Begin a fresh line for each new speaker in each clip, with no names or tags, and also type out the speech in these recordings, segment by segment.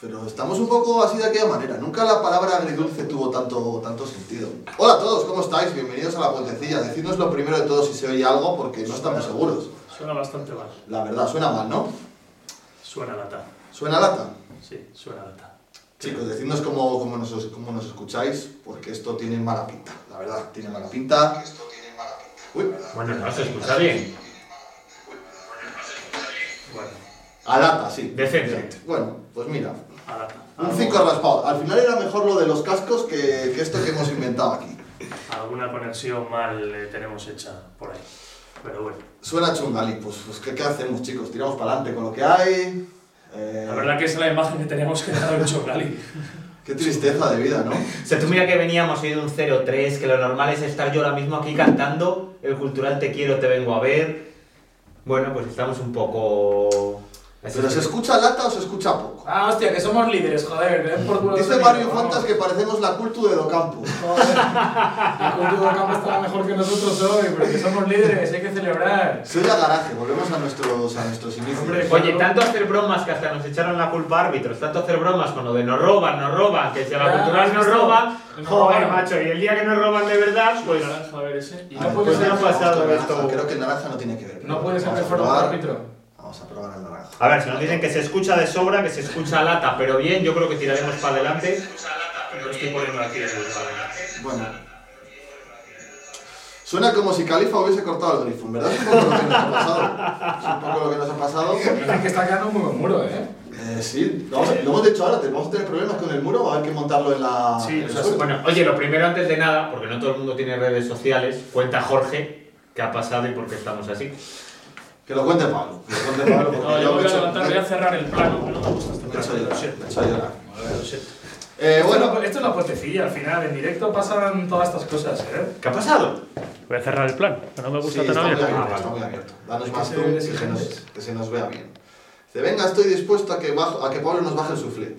Pero estamos un poco así de aquella manera. Nunca la palabra agridulce tuvo tanto, tanto sentido. Hola a todos, ¿cómo estáis? Bienvenidos a la puentecilla. Decidnos lo primero de todo si se oye algo porque no estamos seguros.
Suena bastante mal.
La verdad, suena mal, ¿no?
Suena lata.
Suena lata.
Sí, suena lata.
Chicos, decidnos cómo, cómo nos, cómo nos escucháis porque esto tiene mala pinta. La verdad, tiene mala pinta. Uy,
Bueno, no, se escucha bien.
Bueno,
a lata, sí.
Decente.
Bueno, pues mira.
a lata.
Un
Algo-
5 raspado. Al final era mejor lo de los cascos que, que esto que hemos inventado aquí.
Alguna conexión mal eh, tenemos hecha por ahí. Pero bueno,
Suena chungali, pues, pues ¿qué, qué hacemos chicos? Tiramos para adelante con lo que hay. Eh,
la verdad que esa es la imagen que teníamos que dar en Chocali.
qué tristeza de vida, ¿no?
O sea, tú mira que veníamos hoy de un 0-3, que lo normal es estar yo ahora mismo aquí cantando el cultural Te quiero, te vengo a ver. Bueno, pues estamos un poco... así
¿Pero se
que-
escucha lata o se escucha poco?
Ah, hostia, que somos líderes, joder, que den por culo.
Dice
todo
Mario
el mundo,
Fantas que parecemos la cultu de Docampo.
vamos. Joder, el contigo campo estará mejor que nosotros hoy, pero que somos líderes, hay que celebrar.
Se oye a garaje, volvemos a nuestros, a nuestros inicios.
Hombre,
Oye, tanto hacer bromas que hasta nos echaron la culpa a árbitros, tanto hacer bromas con lo de nos roban, nos roban, que si a la
Ya,
cultural
¿has
nos
visto?
roban,
Nos
joder,
roban.
macho, y el día que nos roban de verdad, pues...
A ver ese.
Y
A
no
ver,
puede
pues
ser,
ha
naranja,
pasado
vamos con
esto.
naranja. Creo que el naranja no tiene que ver.
no puede ser
Vamos a
mejor
probar-
árbitro.
Vamos a probar el naranja.
A ver, si nos dicen que se escucha de sobra, que se escucha a lata, pero bien, yo creo que tiraremos para adelante.
Yo estoy poniendo aquí el
Bueno. Suena como si Califa hubiese cortado el grifo, ¿verdad? Es un poco lo que nos ha pasado. Es un poco lo que nos ha pasado.
Dicen que está quedando un muy buen muro, eh.
Eh, sí, vamos a- lo hemos dicho ahora, te- vamos a tener problemas con el muro, va a haber que montarlo en la...
Sí,
en
o
el
sea,
suelo.
bueno, oye, lo primero antes de nada, porque no todo el mundo tiene redes sociales, cuenta Jorge qué ha pasado y por qué estamos así.
Que lo cuente Pablo. Que lo cuente Pablo, porque
No, yo
me
voy
he
a
hecho-
levantar, voy a cerrar el plano. No me gusta
me he hecho
este plano. Lo
llorar,
siento,
me he hecho llorar.
lo siento.
Eh,
Bueno,
bueno,
esto es la puentecilla, al final, en directo pasan todas estas cosas, eh.
¿Qué ha pasado?
Voy a cerrar el plano, que no me
sí,
gusta
está
tan
muy
abierto.
abierto, está muy abierto. Danos
Hay que
más
ser
zoom, que se, nos,
exigentes.
que se nos vea bien. Dice, venga, estoy dispuesto a que, bajo- a que Pablo nos baje el suflé.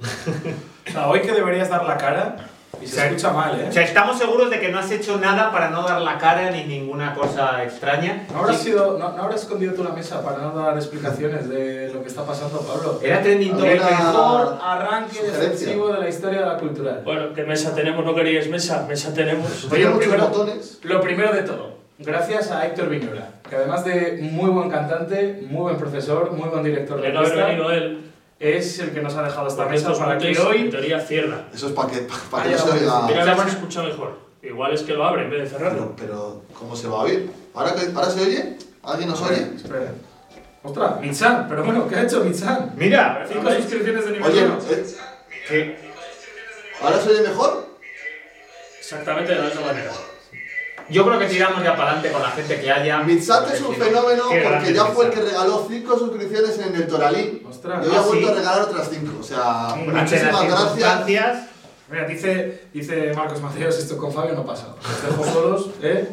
O sea, hoy que deberías dar la cara y se
Sí.
escucha
O
mal, eh.
sea, estamos seguros de que no has hecho nada para no dar la cara ni ninguna cosa extraña.
¿No habrás,
Sí.
sido, no, no habrás escondido tú la mesa para no dar explicaciones de lo que está pasando, Pablo?
Era trending topic.
El
Era-
mejor arranque
Sugerencia.
defensivo de la historia de la cultural.
Bueno, ¿qué mesa tenemos? ¿No queríais mesa? Mesa tenemos.
Tiene
lo
muchos
primero-
botones.
Lo primero de todo, gracias a Héctor Viñola, que además de muy buen cantante, muy buen profesor, muy buen director de
De no haber
orquesta,
venido él,
es el que nos ha dejado esta
porque
mesa
estos
para que
montes, en
hoy...
teoría, cierra.
Eso es para que, pa- pa' que no
Ah, ya
se
lo
oiga...
Mira, a ver si
Estamos-
se escucha mejor. Igual es que lo abre en vez de cerrarlo.
Pero, pero, ¿cómo se va a oír? ¿Ahora, que- ahora se oye? ¿Alguien nos oye?
Espera. Ostras, Michan, pero bueno, ¿qué ha hecho Michan?
Mira,
Cinco suscripciones de nivel
Oye,
uno.
¿eh?
que-
¿ahora se oye mejor?
Exactamente de la misma manera.
yo creo que tiramos ya para adelante con la gente que haya.
Mitzat es un fenómeno
Qué grande
porque ya fue el que
Mitzat.
regaló 5 suscripciones en el Toralí.
Ostras.
y hoy ha
Ah,
vuelto
sí. Mm,
a regalar otras 5. O sea,
Ante
Ante las
muchísimas gracias.
circunstancias,
Mira, dice, dice Marcos Mateos, esto con Fabio no pasa. Los dejo solos, ¿eh?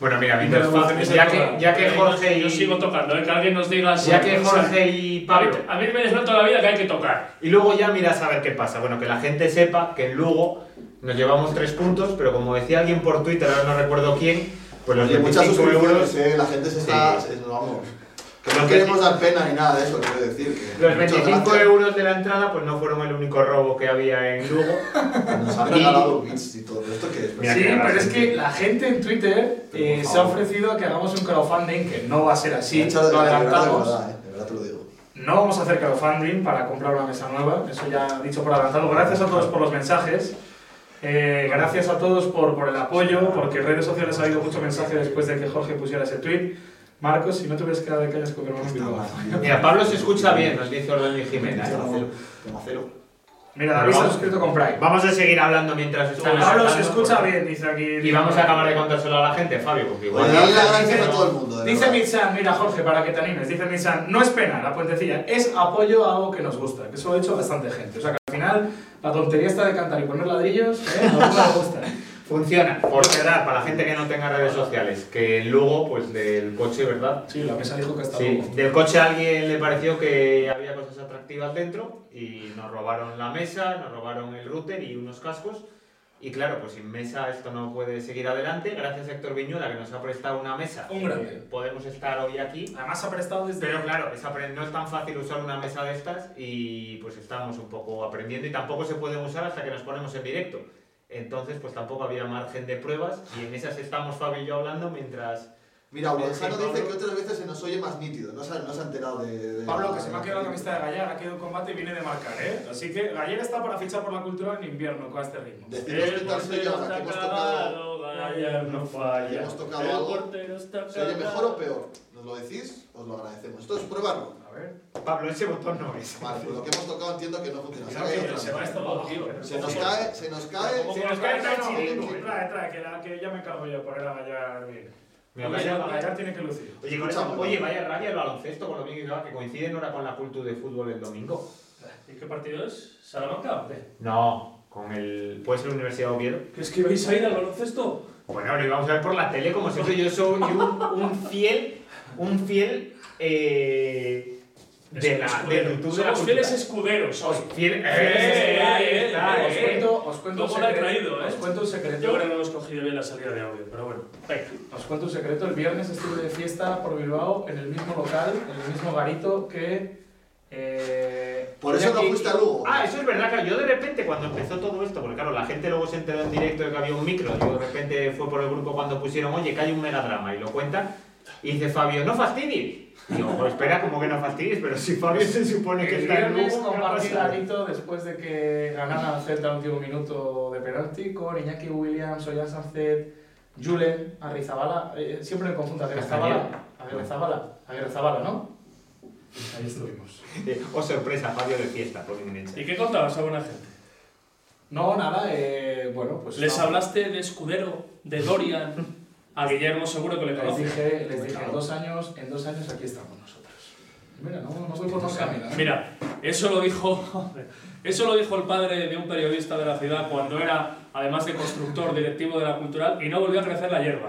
Bueno, mira,
Pero
mientras
bueno,
ya que, ya que
Yo-
Jorge
Yo sigo
y,
tocando, ¿eh? que alguien nos diga si-
ya que Jorge y
A mí,
Pablo...
a mí me les toda la vida que hay que tocar.
Y luego ya miras a ver qué pasa. Bueno, que la gente sepa que en Lugo nos llevamos tres puntos, pero como decía alguien por Twitter, ahora no recuerdo quién, pues los
Oye, muchas
25 euros...
suscripciones, eh, la gente se está.
Sí.
se- vamos. Que no
Los
queremos
25
dar pena ni nada de eso, quiero decir. Que
Los
eh. muchas
25
gracias.
euros de la entrada pues no fueron el único robo que había en Lugo.
Nos han
Y-
regalado bits y todo esto que es.
Mira
sí,
que la
pero es
gente-
que la gente en Twitter
Pero,
eh,
por
se ha
favor.
ofrecido que hagamos un crowdfunding, que no va a ser así,
Muchas
lo
gracias, de verdad, de
adelantamos.
verdad, eh, de verdad te lo digo.
No vamos a hacer crowdfunding para comprar una mesa nueva, eso ya dicho por adelantado. Gracias a todos por los mensajes. Eh, gracias a todos por, por el apoyo, porque en redes sociales ha habido mucho mensaje después de que Jorge pusiera ese tweet. Marcos, si no te ves quedado de calles, cobramos un poquito más.
Mira, Pablo se escucha bien, nos dice Orlando Jiménez.
Tema cero, tema cero.
Mira, David se ha
Vamos.
suscrito con Prime.
Vamos a seguir hablando mientras estamos
Pablo se
hablando,
escucha
porque-
bien, dice aquí.
Y vamos a acabar de contárselo a la gente, Fabio, porque igual...
Oye,
la
dale las
gente
gracias a
no-
todo el mundo. de
Dice
verdad.
Mitsan, mira Jorge, para que te animes, dice Mitsan, no es pena la puentecilla, es apoyo a algo que nos gusta, que eso lo ha hecho bastante gente. O sea que al final, la tontería está de cantar y poner ladrillos, ¿eh? a alguno le gusta.
Funciona, por quedar, para la gente que no tenga redes sociales, que en Lugo, pues del coche, ¿verdad?
Sí, la mesa dijo que está
Sí,
loco.
del coche a alguien le pareció que había cosas atractivas dentro y nos robaron la mesa, nos robaron el router y unos cascos. Y claro, pues sin mesa esto no puede seguir adelante. Gracias a Héctor Viñuela que nos ha prestado una mesa.
Un grande.
Eh, Podemos estar hoy aquí.
Además ha prestado desde...
Pero claro, es apre- no es tan fácil usar una mesa de estas y pues estamos un poco aprendiendo y tampoco se pueden usar hasta que nos ponemos en directo. Entonces pues tampoco había margen de pruebas y en esas estamos Fabio y yo hablando mientras...
Mira, Gonzalo
Pablo-
dice que otras veces se nos oye más nítido, no se, no se ha enterado de, de-
Pablo, que se me ha quedado la camiseta de Gallar, ha quedado en combate y viene de marcar, ¿eh? Así que Gallar está para fichar por la cultura en invierno con este ritmo.
Decimos que tal soy yo, o sea, que hemos tocado.
Gallar no falla.
hemos tocado
El
algo.
portero está
¿Se oye
clavado.
mejor o peor? ¿Nos lo decís? Os lo agradecemos. Esto es probarlo.
A ver. Pablo, ese botón no es.
Vale, pues lo que hemos tocado entiendo que no funciona. Se,
Cuidado
cae otra
que Se va
vez.
esto abajo, tío.
se nos cae, se nos cae.
Se nos cae el chiringo, eh.
Trae, trae, que, la- que ya me encargo yo poner a Gallar bien.
Mira,
Gallar,
vaya-
Gallar tiene que lucir.
Oye, con esa- oye, vaya rabia el baloncesto con lo bien que va, que coinciden ahora con la cultura de fútbol el domingo.
¿Y qué partido es? ¿Salamanca o qué?
No, con el. ¿Puede ser Universidad de Oviedo?
¿Que es que vais a ir al baloncesto?
Bueno, lo íbamos a ver por la tele, como siempre. Yo soy un, un fiel. Un fiel. eh, de la,
Escudero.
del YouTube de la
Somos
cultura.
fieles escuderos.
Os fiel-
Eh,
ahí
eh,
está,
eh,
os
eh.
cuento-
Os cuento un
¿Cómo la he
secreto-
traído, eh?
Os cuento un secreto.
Yo creo que no hemos cogido bien la salida de audio, pero bueno. Venga.
Os cuento un secreto, el viernes estuve de fiesta por Bilbao en el mismo local, en el mismo garito que... eh,
Por eso no
Iñaki-
fuiste a Lugo.
Ah, eso es verdad, claro. Yo de repente, cuando empezó todo esto, porque claro, la gente luego se enteró en directo de que había un micro, yo de repente fue por el grupo cuando pusieron, oye, que hay un megadrama, y lo cuentan, y dice Fabio, no fastidies. Digo, pues espera, como que no fastidies, pero si Fabio se supone que
El
está en
viernes
Lugo, ¿qué ha
compartí
pasado?
garito después de que ganara el Celta el último minuto de penalti con Iñaki Williams, Ollán Sancet, Julen, Arrizabala, eh, siempre me confundo, Arrizabala, Arrizabala, Arrizabala, ¿no? Ahí estuvimos.
Eh, Oh, sorpresa, Fabio de fiesta, por mi
¿Y qué contabas a buena gente?
No, nada, eh, bueno, pues...
¿Les
no.
hablaste de Escudero, de Dorian? A Guillermo seguro que le
Les
conoces.
dije, les dije, en dos años, en dos años aquí estamos nosotros. Mira, no, no voy por ¿eh? los caminos.
Mira, eso lo dijo eso lo dijo el padre de un periodista de la ciudad cuando era, además de constructor, directivo de la cultural, y no volvió a crecer la hierba.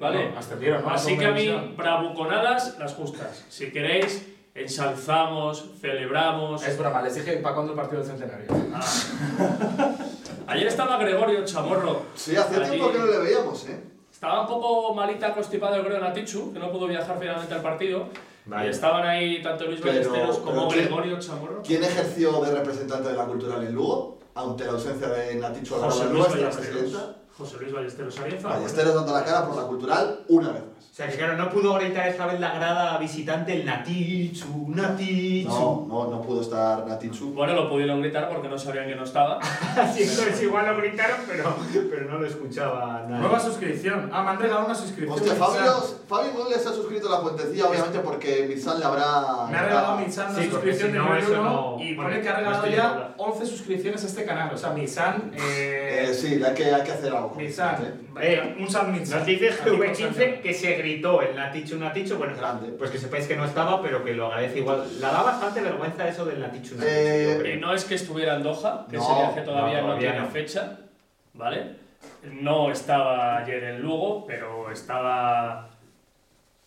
¿Vale?
No, ascendieron, ¿no?
Así que a mí,
Convención.
bravuconadas las justas. Si queréis, ensalzamos, celebramos.
Es broma, les dije, ¿para cuándo el partido del centenario?
Ayer estaba Gregorio Chamorro.
Sí, hace
allí.
tiempo que no le veíamos, ¿eh?
Estaba un poco malita, constipado el Gregorio Natichu, que no pudo viajar finalmente al partido.
Vale.
Y estaban ahí tanto Luis
Pero-
Ballesteros como
pero ¿quién-
Gregorio Chamorro.
¿Quién ejerció de representante de la cultural en Lugo? Ante la ausencia de Natichu
José
Alvarado,
Luis
nuestra
Ballesteros.
presidenta.
José Luis Ballesteros Ariza.
Ballesteros dando la cara por la cultural una vez más.
O sea, que claro, no pudo gritar esta vez la grada visitante el Natichu, Natichu.
No, no, no pudo estar Natichu.
Bueno, lo pudieron gritar porque no sabían que no estaba.
Así Ah, es, igual lo gritaron, pero, pero no lo escuchaba nadie.
Nueva suscripción. Ah, me han regalado una suscripción.
Hostia,
de
Fabio,
Mitsan.
Fabio Muebles ha suscrito la puentecilla, obviamente, porque Mitsan le
Me ha regalado
habrá.
Mitsan una
Sí, porque
suscripción
si
de
no,
nivel
eso
uno
no-
y
bueno,
pone que ha
no
regalado
estoy
ya
hablando.
11 suscripciones a este canal. O sea, Mitsan.
Eh,
Eh,
sí, hay que, hay que hacer algo.
Mitsan.
Eh,
un San Mitsan.
Nos dice
Aquí por
GV15 que se gritó el Natichu Natichu, bueno,
Grande.
pues que sepáis que no estaba, pero que lo agradece igual. La da bastante vergüenza eso del Natichu Natichu.
Eh,
yo
Y
creo.
no es que estuviera en Doha, que
No,
ese viaje todavía
no,
no,
todavía
tiene
no.
fecha, ¿vale? No estaba ayer en Lugo, pero estaba.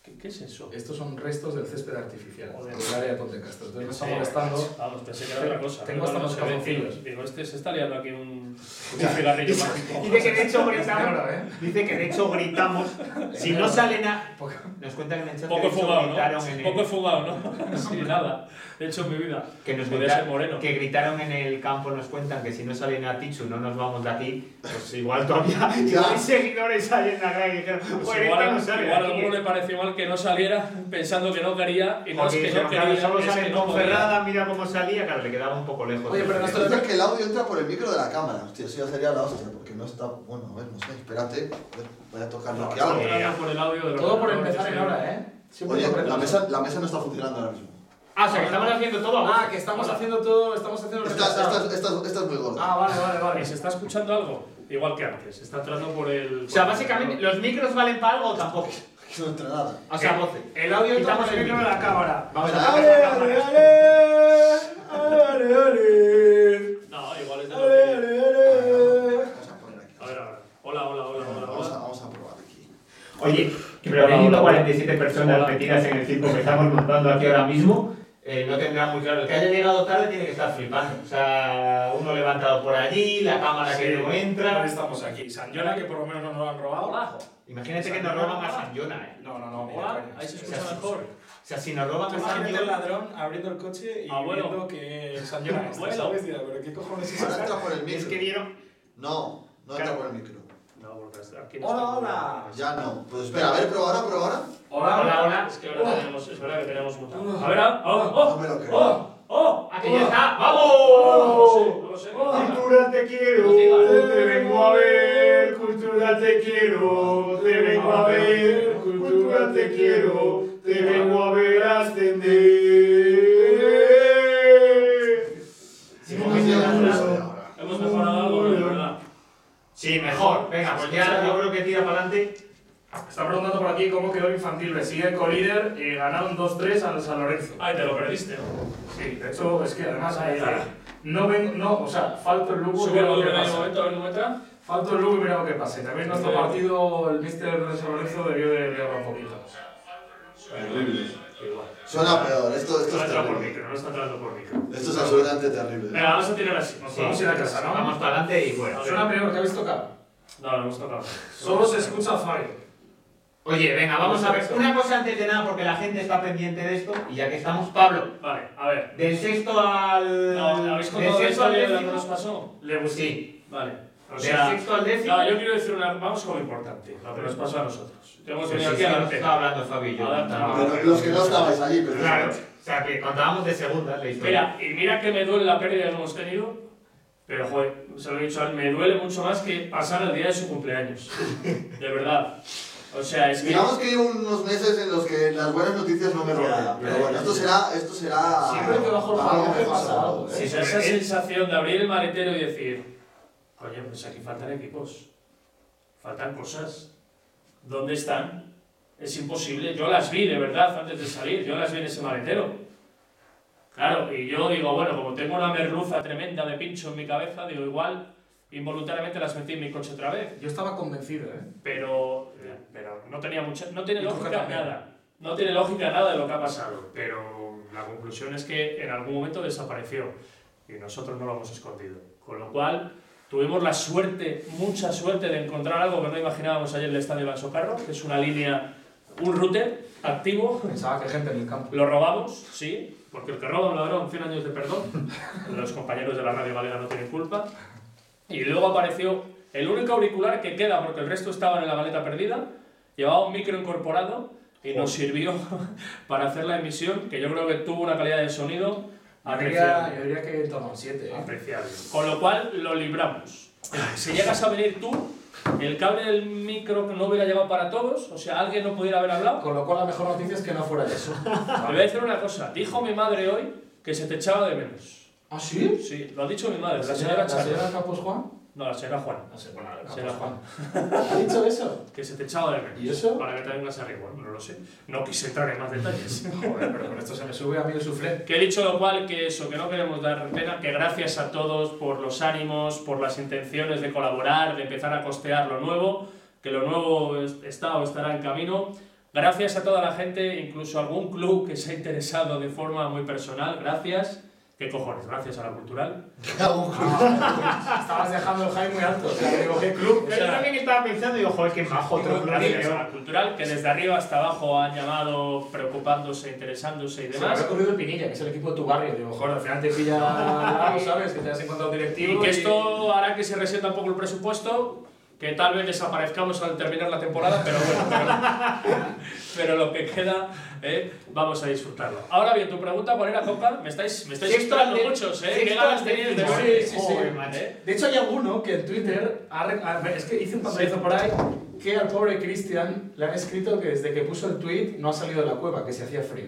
¿Qué, qué es eso?
Estos son restos del césped artificial,
Joder.
del área de Pontecastro. Entonces me está
Sí,
molestando.
Vamos, pensé que era otra cosa.
Tengo hasta
Perdón,
los
no sé,
calzoncillos.
Digo, este se está liando aquí un, un cigarrillo mágico.
Dice que de hecho
Claro,
gritamos.
¿eh?
Dice que de hecho gritamos. Si no salen a.
Poco-
Nos cuentan que en el chat
Poco
que de hecho
fugado,
gritaron
¿no?
en
Poco
el, Pues
fugado, ¿no? Sí, nada. De hecho, en mi vida.
que, nos
Podría
grita-
ser moreno.
que gritaron en el campo, nos cuentan que si no salen a Tichu no nos vamos de aquí. Pues igual todavía
Ya.
hay seguidores ahí en la calle que dijeron,
Pues
"Joder,
igual,
esta no sale.
igual a
aquí".
alguno le pareció mal que no saliera pensando que no quería y no es
Porque
que no
dijeron, claro,
quería,
solo
es
sale
que
en
no podía.
Ponferrada, mira cómo salía, claro, le quedaba un poco lejos.
Oye,
de-
pero no
Pero es que el audio entra por el micro de la cámara. Hostia, eso ya sería la hostia, porque no está. Bueno, a ver, no sé, espérate. A ver, voy a tocar lo
No,
que
estaba
hago.
entrando por el audio del
Todo por
ordenador,
empezar en
sí.
hora, ¿eh? Siempre
Oye,
por
la
retraso.
mesa, la mesa no está funcionando ahora mismo.
Ah, o sea, que estamos haciendo todo a vos.
Ah, que estamos haciendo todo, estamos haciendo
Esta, esta,
retrasado.
esta, esta, es muy gorda.
Ah, vale, vale,
Vale,
vale.
¿se está escuchando algo? Igual que antes, está entrando por el...
O sea, básicamente, ¿los micros valen para algo o tampoco?
No entra nada.
O sea, voces.
El audio entra
Quitamos
por el
el
micro de
micro.
la cámara.
Vamos a
Ale,
ver.
ale, ale.
No, igual es de lo
Ale,
que-
ale, ale.
Eh. Vamos a poner aquí.
A ver, ahora. Hola, hola, hola, hola,
Vamos a,
hola.
vamos a probar aquí.
Oye, pero
Hola,
teniendo
hola.
47 personas
Hola.
metidas en el circo que estamos montando aquí ahora mismo, eh, no tendrá muy claro. El que haya llegado tarde tiene que estar flipando. O sea, uno levantado por allí, la cámara que no
Ahora
entra.
estamos aquí. San Yona, que por lo menos no nos lo han robado.
Imagínate que nos roban a San Yona, eh.
No, no, no. mira,
Hola,
coño.
ahí se
O sea,
escucha mejor.
O sea, si nos roban
tú
a San
Imagínate el
Yona.
ladrón abriendo el coche y
Abuelo.
viendo que San Yona está,
Abuelo.
¿sabes? Dirá, pero ¿qué cojones es
Ahora
eso?
entra por el
Es
micro.
que dieron.
No, no entra por el micro.
No, porque hasta aquí no
Hola,
está-
hola.
Ya no. Pues espera, a ver, prueba ahora, prueba ahora.
Hola,
Hola, hola.
Es que ahora tenemos, es verdad que tenemos montado. A ver, ah, oh,
No
oh,
me lo creo.
oh, oh,
¡Aquí ya está!
No
¡Vamos!
lo sé, no lo sé.
Cultura te quiero, te vengo a ver, cultura te quiero, te vengo a ver, cultura te quiero, te vengo a ver ascender. Sí,
No sé, no lo sé ahora.
Hemos mejorado algo, pero de verdad.
Sí, mejor. Venga, pues ya yo creo que tira para adelante.
Está preguntando por aquí cómo quedó Infantil. Sigue colíder y Eh, ganaron 2-3 al San Lorenzo.
Ay, te lo perdiste.
Sí, de hecho, es que además ahí, no ven, no, o sea, falta el Lugo y
Sube el
mira lo que
volumen en el
pasa.
momento, a ver cómo entra.
Falta el Lugo y mira lo que pasa. Y También nuestro partido, el Mister de San Lorenzo debió de liarlo un poquito.
Igual.
Suena peor, esto, esto
No
es
entra por
terrible.
micro, no está entrando por micro.
Esto es absolutamente terrible.
Venga, vamos a tirar así.
Nos vamos a ir a casa, ¿no?
Vamos para adelante y fuera.
Suena peor que habéis tocado.
No, lo hemos tocado.
Solo se escucha a Fabio.
Oye, venga, vamos a ver. Una cosa antes de nada, porque la gente está pendiente de esto, y ya que estamos, Pablo,
Vale, a ver.
del sexto al.
No, ¿Habéis
del
contado la
sexto al
historia de la que
décimo-
nos pasó?
Le busqué.
Vale. O
Del
sea,
sexto al décimo.
no, yo quiero decir una. Vamos con lo importante, lo que nos pasó a nosotros. Que Hemos
Sí,
venido
sí,
aquí
sí,
a
nos
darte.
estaba hablando Fabio y yo.
A dar-
también.
Pero los que no estabais allí, pero.
Ah, Claro, o sea que contábamos de segunda la historia.
Mira, y mira que me duele la pérdida que hemos tenido, pero joder, se lo he dicho a él, me duele mucho más que pasar el día de su cumpleaños. De verdad. O sea, es que.
Digamos que llevo unos meses en los que las buenas noticias no me rodean. Pero bueno, esto será. Esto será
Siempre que bajo el
algo
Fabio
mejor
pasa
seguro.
algo, ¿eh?
O sea, esa sensación de abrir el maletero y decir, coño, pues aquí faltan equipos, faltan cosas, ¿dónde están? Es imposible, yo las vi de verdad antes de salir, yo las vi en ese maletero. Claro, y yo digo, bueno, como tengo una merluza tremenda de pincho en mi cabeza, digo, igual involuntariamente las metí en mi coche otra vez,
Yo estaba convencido, ¿eh?
pero, pero no tenía mucha, no tiene
Y Jorge
lógica
también.
nada, no tiene lógica nada de lo que ha pasado, pero la conclusión es que en algún momento desapareció y nosotros no lo hemos escondido, con lo cual tuvimos la suerte, mucha suerte de encontrar algo que no imaginábamos ayer en el estadio Alonso Carro, que es una línea, un router activo
Pensaba que gente en el campo.
lo robamos, sí, porque el que roba a un ladrón, 100 años de perdón. Los compañeros de la radio galega no tienen culpa. Y luego apareció el único auricular que queda, porque el resto estaban en la maleta perdida. Llevaba un micro incorporado y nos sirvió para hacer la emisión, que yo creo que tuvo una calidad de sonido
Yo diría,
apreciable.
yo diría que en torno al 7, ¿eh?
apreciable. Con lo cual lo libramos. Si llegas a venir tú, el cable del micro no hubiera llegado para todos, o sea, alguien no pudiera haber hablado.
Con lo cual la mejor noticia es que no fuera eso.
Te voy a decir una cosa. Dijo mi madre hoy que se te echaba de menos.
¿Ah, sí?
Sí, lo ha dicho mi madre,
¿La
la señora
señora, la
Charo.
señora Campos Juan?
No, será Juan.
No sé, bueno, a ver,
Será Juan.
¿Ha dicho eso?
Que se te echaba de menos.
¿Y eso?
Para que te vengas arriba. No lo sé. No quise entrar en más detalles.
Joder, pero con esto se me sube a mí el suflé.
Que he dicho lo cual, que eso, que no queremos dar pena, que gracias a todos por los ánimos, por las intenciones de colaborar, de empezar a costear lo nuevo, que lo nuevo es- está o estará en camino. Gracias a toda la gente, incluso algún club que se ha interesado de forma muy personal, gracias. ¿Qué cojones? Gracias a la cultural.
Ah, Estabas dejando el high muy alto. O sea, digo, ¿qué club?
Pero yo también estaba pensando y digo, joder, qué majo, otro club.
Gracias a la cultural, que desde arriba hasta abajo han llamado preocupándose, interesándose y
Se me había
demás.
ocurrido el Pinilla, que es el equipo de tu barrio. Digo, joder, al final te pilla algo, ¿sabes? Que te has encontrado directivo.
Y que esto hará que se resienta un poco el presupuesto, que tal vez desaparezcamos al terminar la temporada, pero bueno, pero, pero lo que queda, eh, vamos a disfrutarlo. Ahora bien, tu pregunta, poner a Coca, me estáis, me estáis
Sexto
frustrando
ande-
muchos, ¿eh?
sexto
¿Qué ganas
ande-
tenéis de
Sí,
ver?
sí, sí.
Joder, macho, ¿eh?
De hecho, hay alguno que en Twitter. ha re- ha- es que hice un pantallazo por ahí que al pobre Cristian le han escrito que desde que puso el tweet no ha salido de la cueva, que se hacía frío.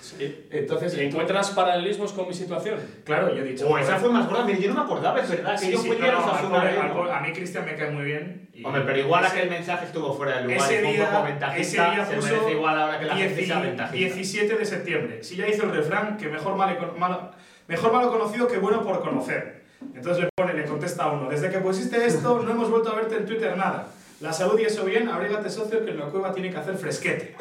Sí.
Entonces,
¿Y ¿Encuentras paralelismo con mi situación?
Claro, yo he dicho.
O Oh, Pues esa
joder,
fue más grave, yo no me acordaba, es verdad.
sí,
que yo
sí,
fui
no,
a
no,
los
al pobre- al
azules.
pobre- A mí Cristian me cae muy bien. y-
Hombre, pero igual
ese-
aquel mensaje estuvo fuera de lugar.
Ese
y fue un poco
día, ese
ventajista,
día
se
puso
merece igual ahora que la gente
10
sea ventajista.
17 de septiembre. Si ya hizo el refrán que mejor malo, malo- mejor malo conocido que bueno por conocer. Entonces le pone, le contesta a uno, desde que pusiste esto no hemos vuelto a verte en Twitter nada. La salud y eso bien, abrígate socio que en la cueva tiene que hacer fresquete.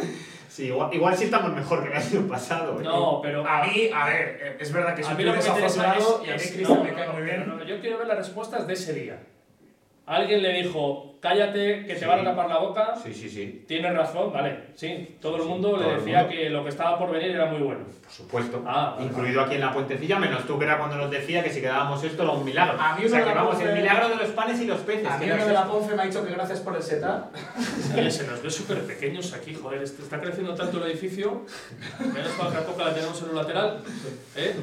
Sí, igual, igual sí estamos mejor que el año pasado. ¿eh?
No, pero...
A mí, a ver, eh, es verdad que
A
soy
mí
un
lo que me interesa es,
desafortunado y a mí
es-
Cristian
no,
me
no,
cae
no,
muy
no,
bien.
no, yo quiero ver las respuestas de ese día. Alguien le dijo, cállate, que te van a tapar la boca.
Sí, sí, sí.
Tienes razón, vale. Sí, todo el
Sí,
mundo
todo
le
el
decía
mundo.
que lo que estaba por venir era muy bueno.
Por supuesto.
Ah, vale,
Incluido aquí en la puentecilla, menos tú que era cuando nos decía que si quedábamos esto era un milagro.
A mí
o sea,
uno
que
de la
vamos, el
Ponce-
milagro de los panes y los peces.
a mí
que no
uno
es
de la
esto.
Ponce me ha dicho que gracias por el setup.
Oye, se nos ve súper pequeños aquí, joder. este- Está creciendo tanto el edificio. Menos para que la coca la tenemos en un lateral. ¿Eh?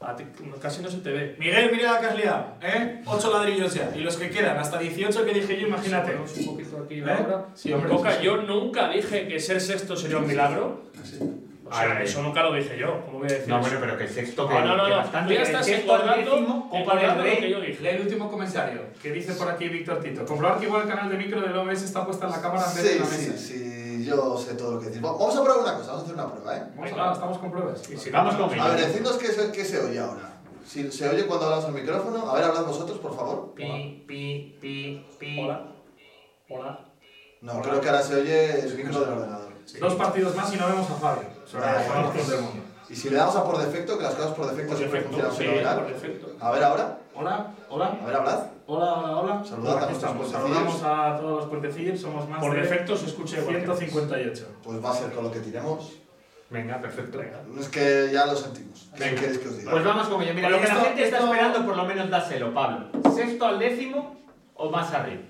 A ti casi no se te ve.
Miguel, mira la casualidad, ¿eh? 8 ladrillos ya. Y los que quedan, hasta 18 que dije yo, imagínate.
Ponemos un poquito aquí
¿Eh?
ahora.
Sí, hombre,
Coca,
sí, sí.
yo nunca dije que ser sexto sería un milagro. O sea,
Ay,
eso nunca lo dije yo. ¿Cómo voy a decir
No,
eso?
bueno, pero que el sexto que,
No, no, no,
que
no.
bastante.
Tú ya
que el
estás
sexto al
engordando-
décimo, Copa del
engordando lo
Rey.
que yo dije.
Lee el último comentario.
que dice por aquí Víctor Tito. Comprobar que igual el canal de micro del OBS está puesta en la cámara en vez de
Sí,
en la
sí,
mesa.
sí, yo sé todo lo que decís. Va- Vamos a probar una cosa, vamos a hacer una prueba, ¿eh?
Vamos a- estamos con pruebas.
Sí, vamos con
A ver,
ello.
decidnos qué se, qué se oye ahora. Si se oye cuando hablamos al micrófono, a ver, hablad vosotros, por favor.
Pi, pi, pi, pi.
Hola. Hola.
No, creo que ahora se oye el micro del ordenador.
Dos partidos más y no vemos a Fabio. Sobre
Vale.
la mejor opción del mundo.
Y si le damos a por defecto, que las cosas por defecto
Por
siempre
defecto,
funcionan
sí,
fenomenal.
por defecto.
A ver ahora,
Hola,
a
hola,
ver, hablad.
hola, hola, hola.
Saludad a
Aquí
nuestros
estamos.
puentecillos.
Saludamos a todos los puentecillos. Somos más
Por
de
defecto se escucha igual que antes.
158.
Pues va a ser con lo que tiremos.
Venga, perfecto.
No es que ya lo sentimos. ¿Qué
Venga.
queréis que os diga?
Pues vamos con ello. Mira,
Bueno,
lo que la
esto-
gente está
esto-
esperando, por lo menos dáselo, Pablo. ¿Sexto al décimo o más arriba?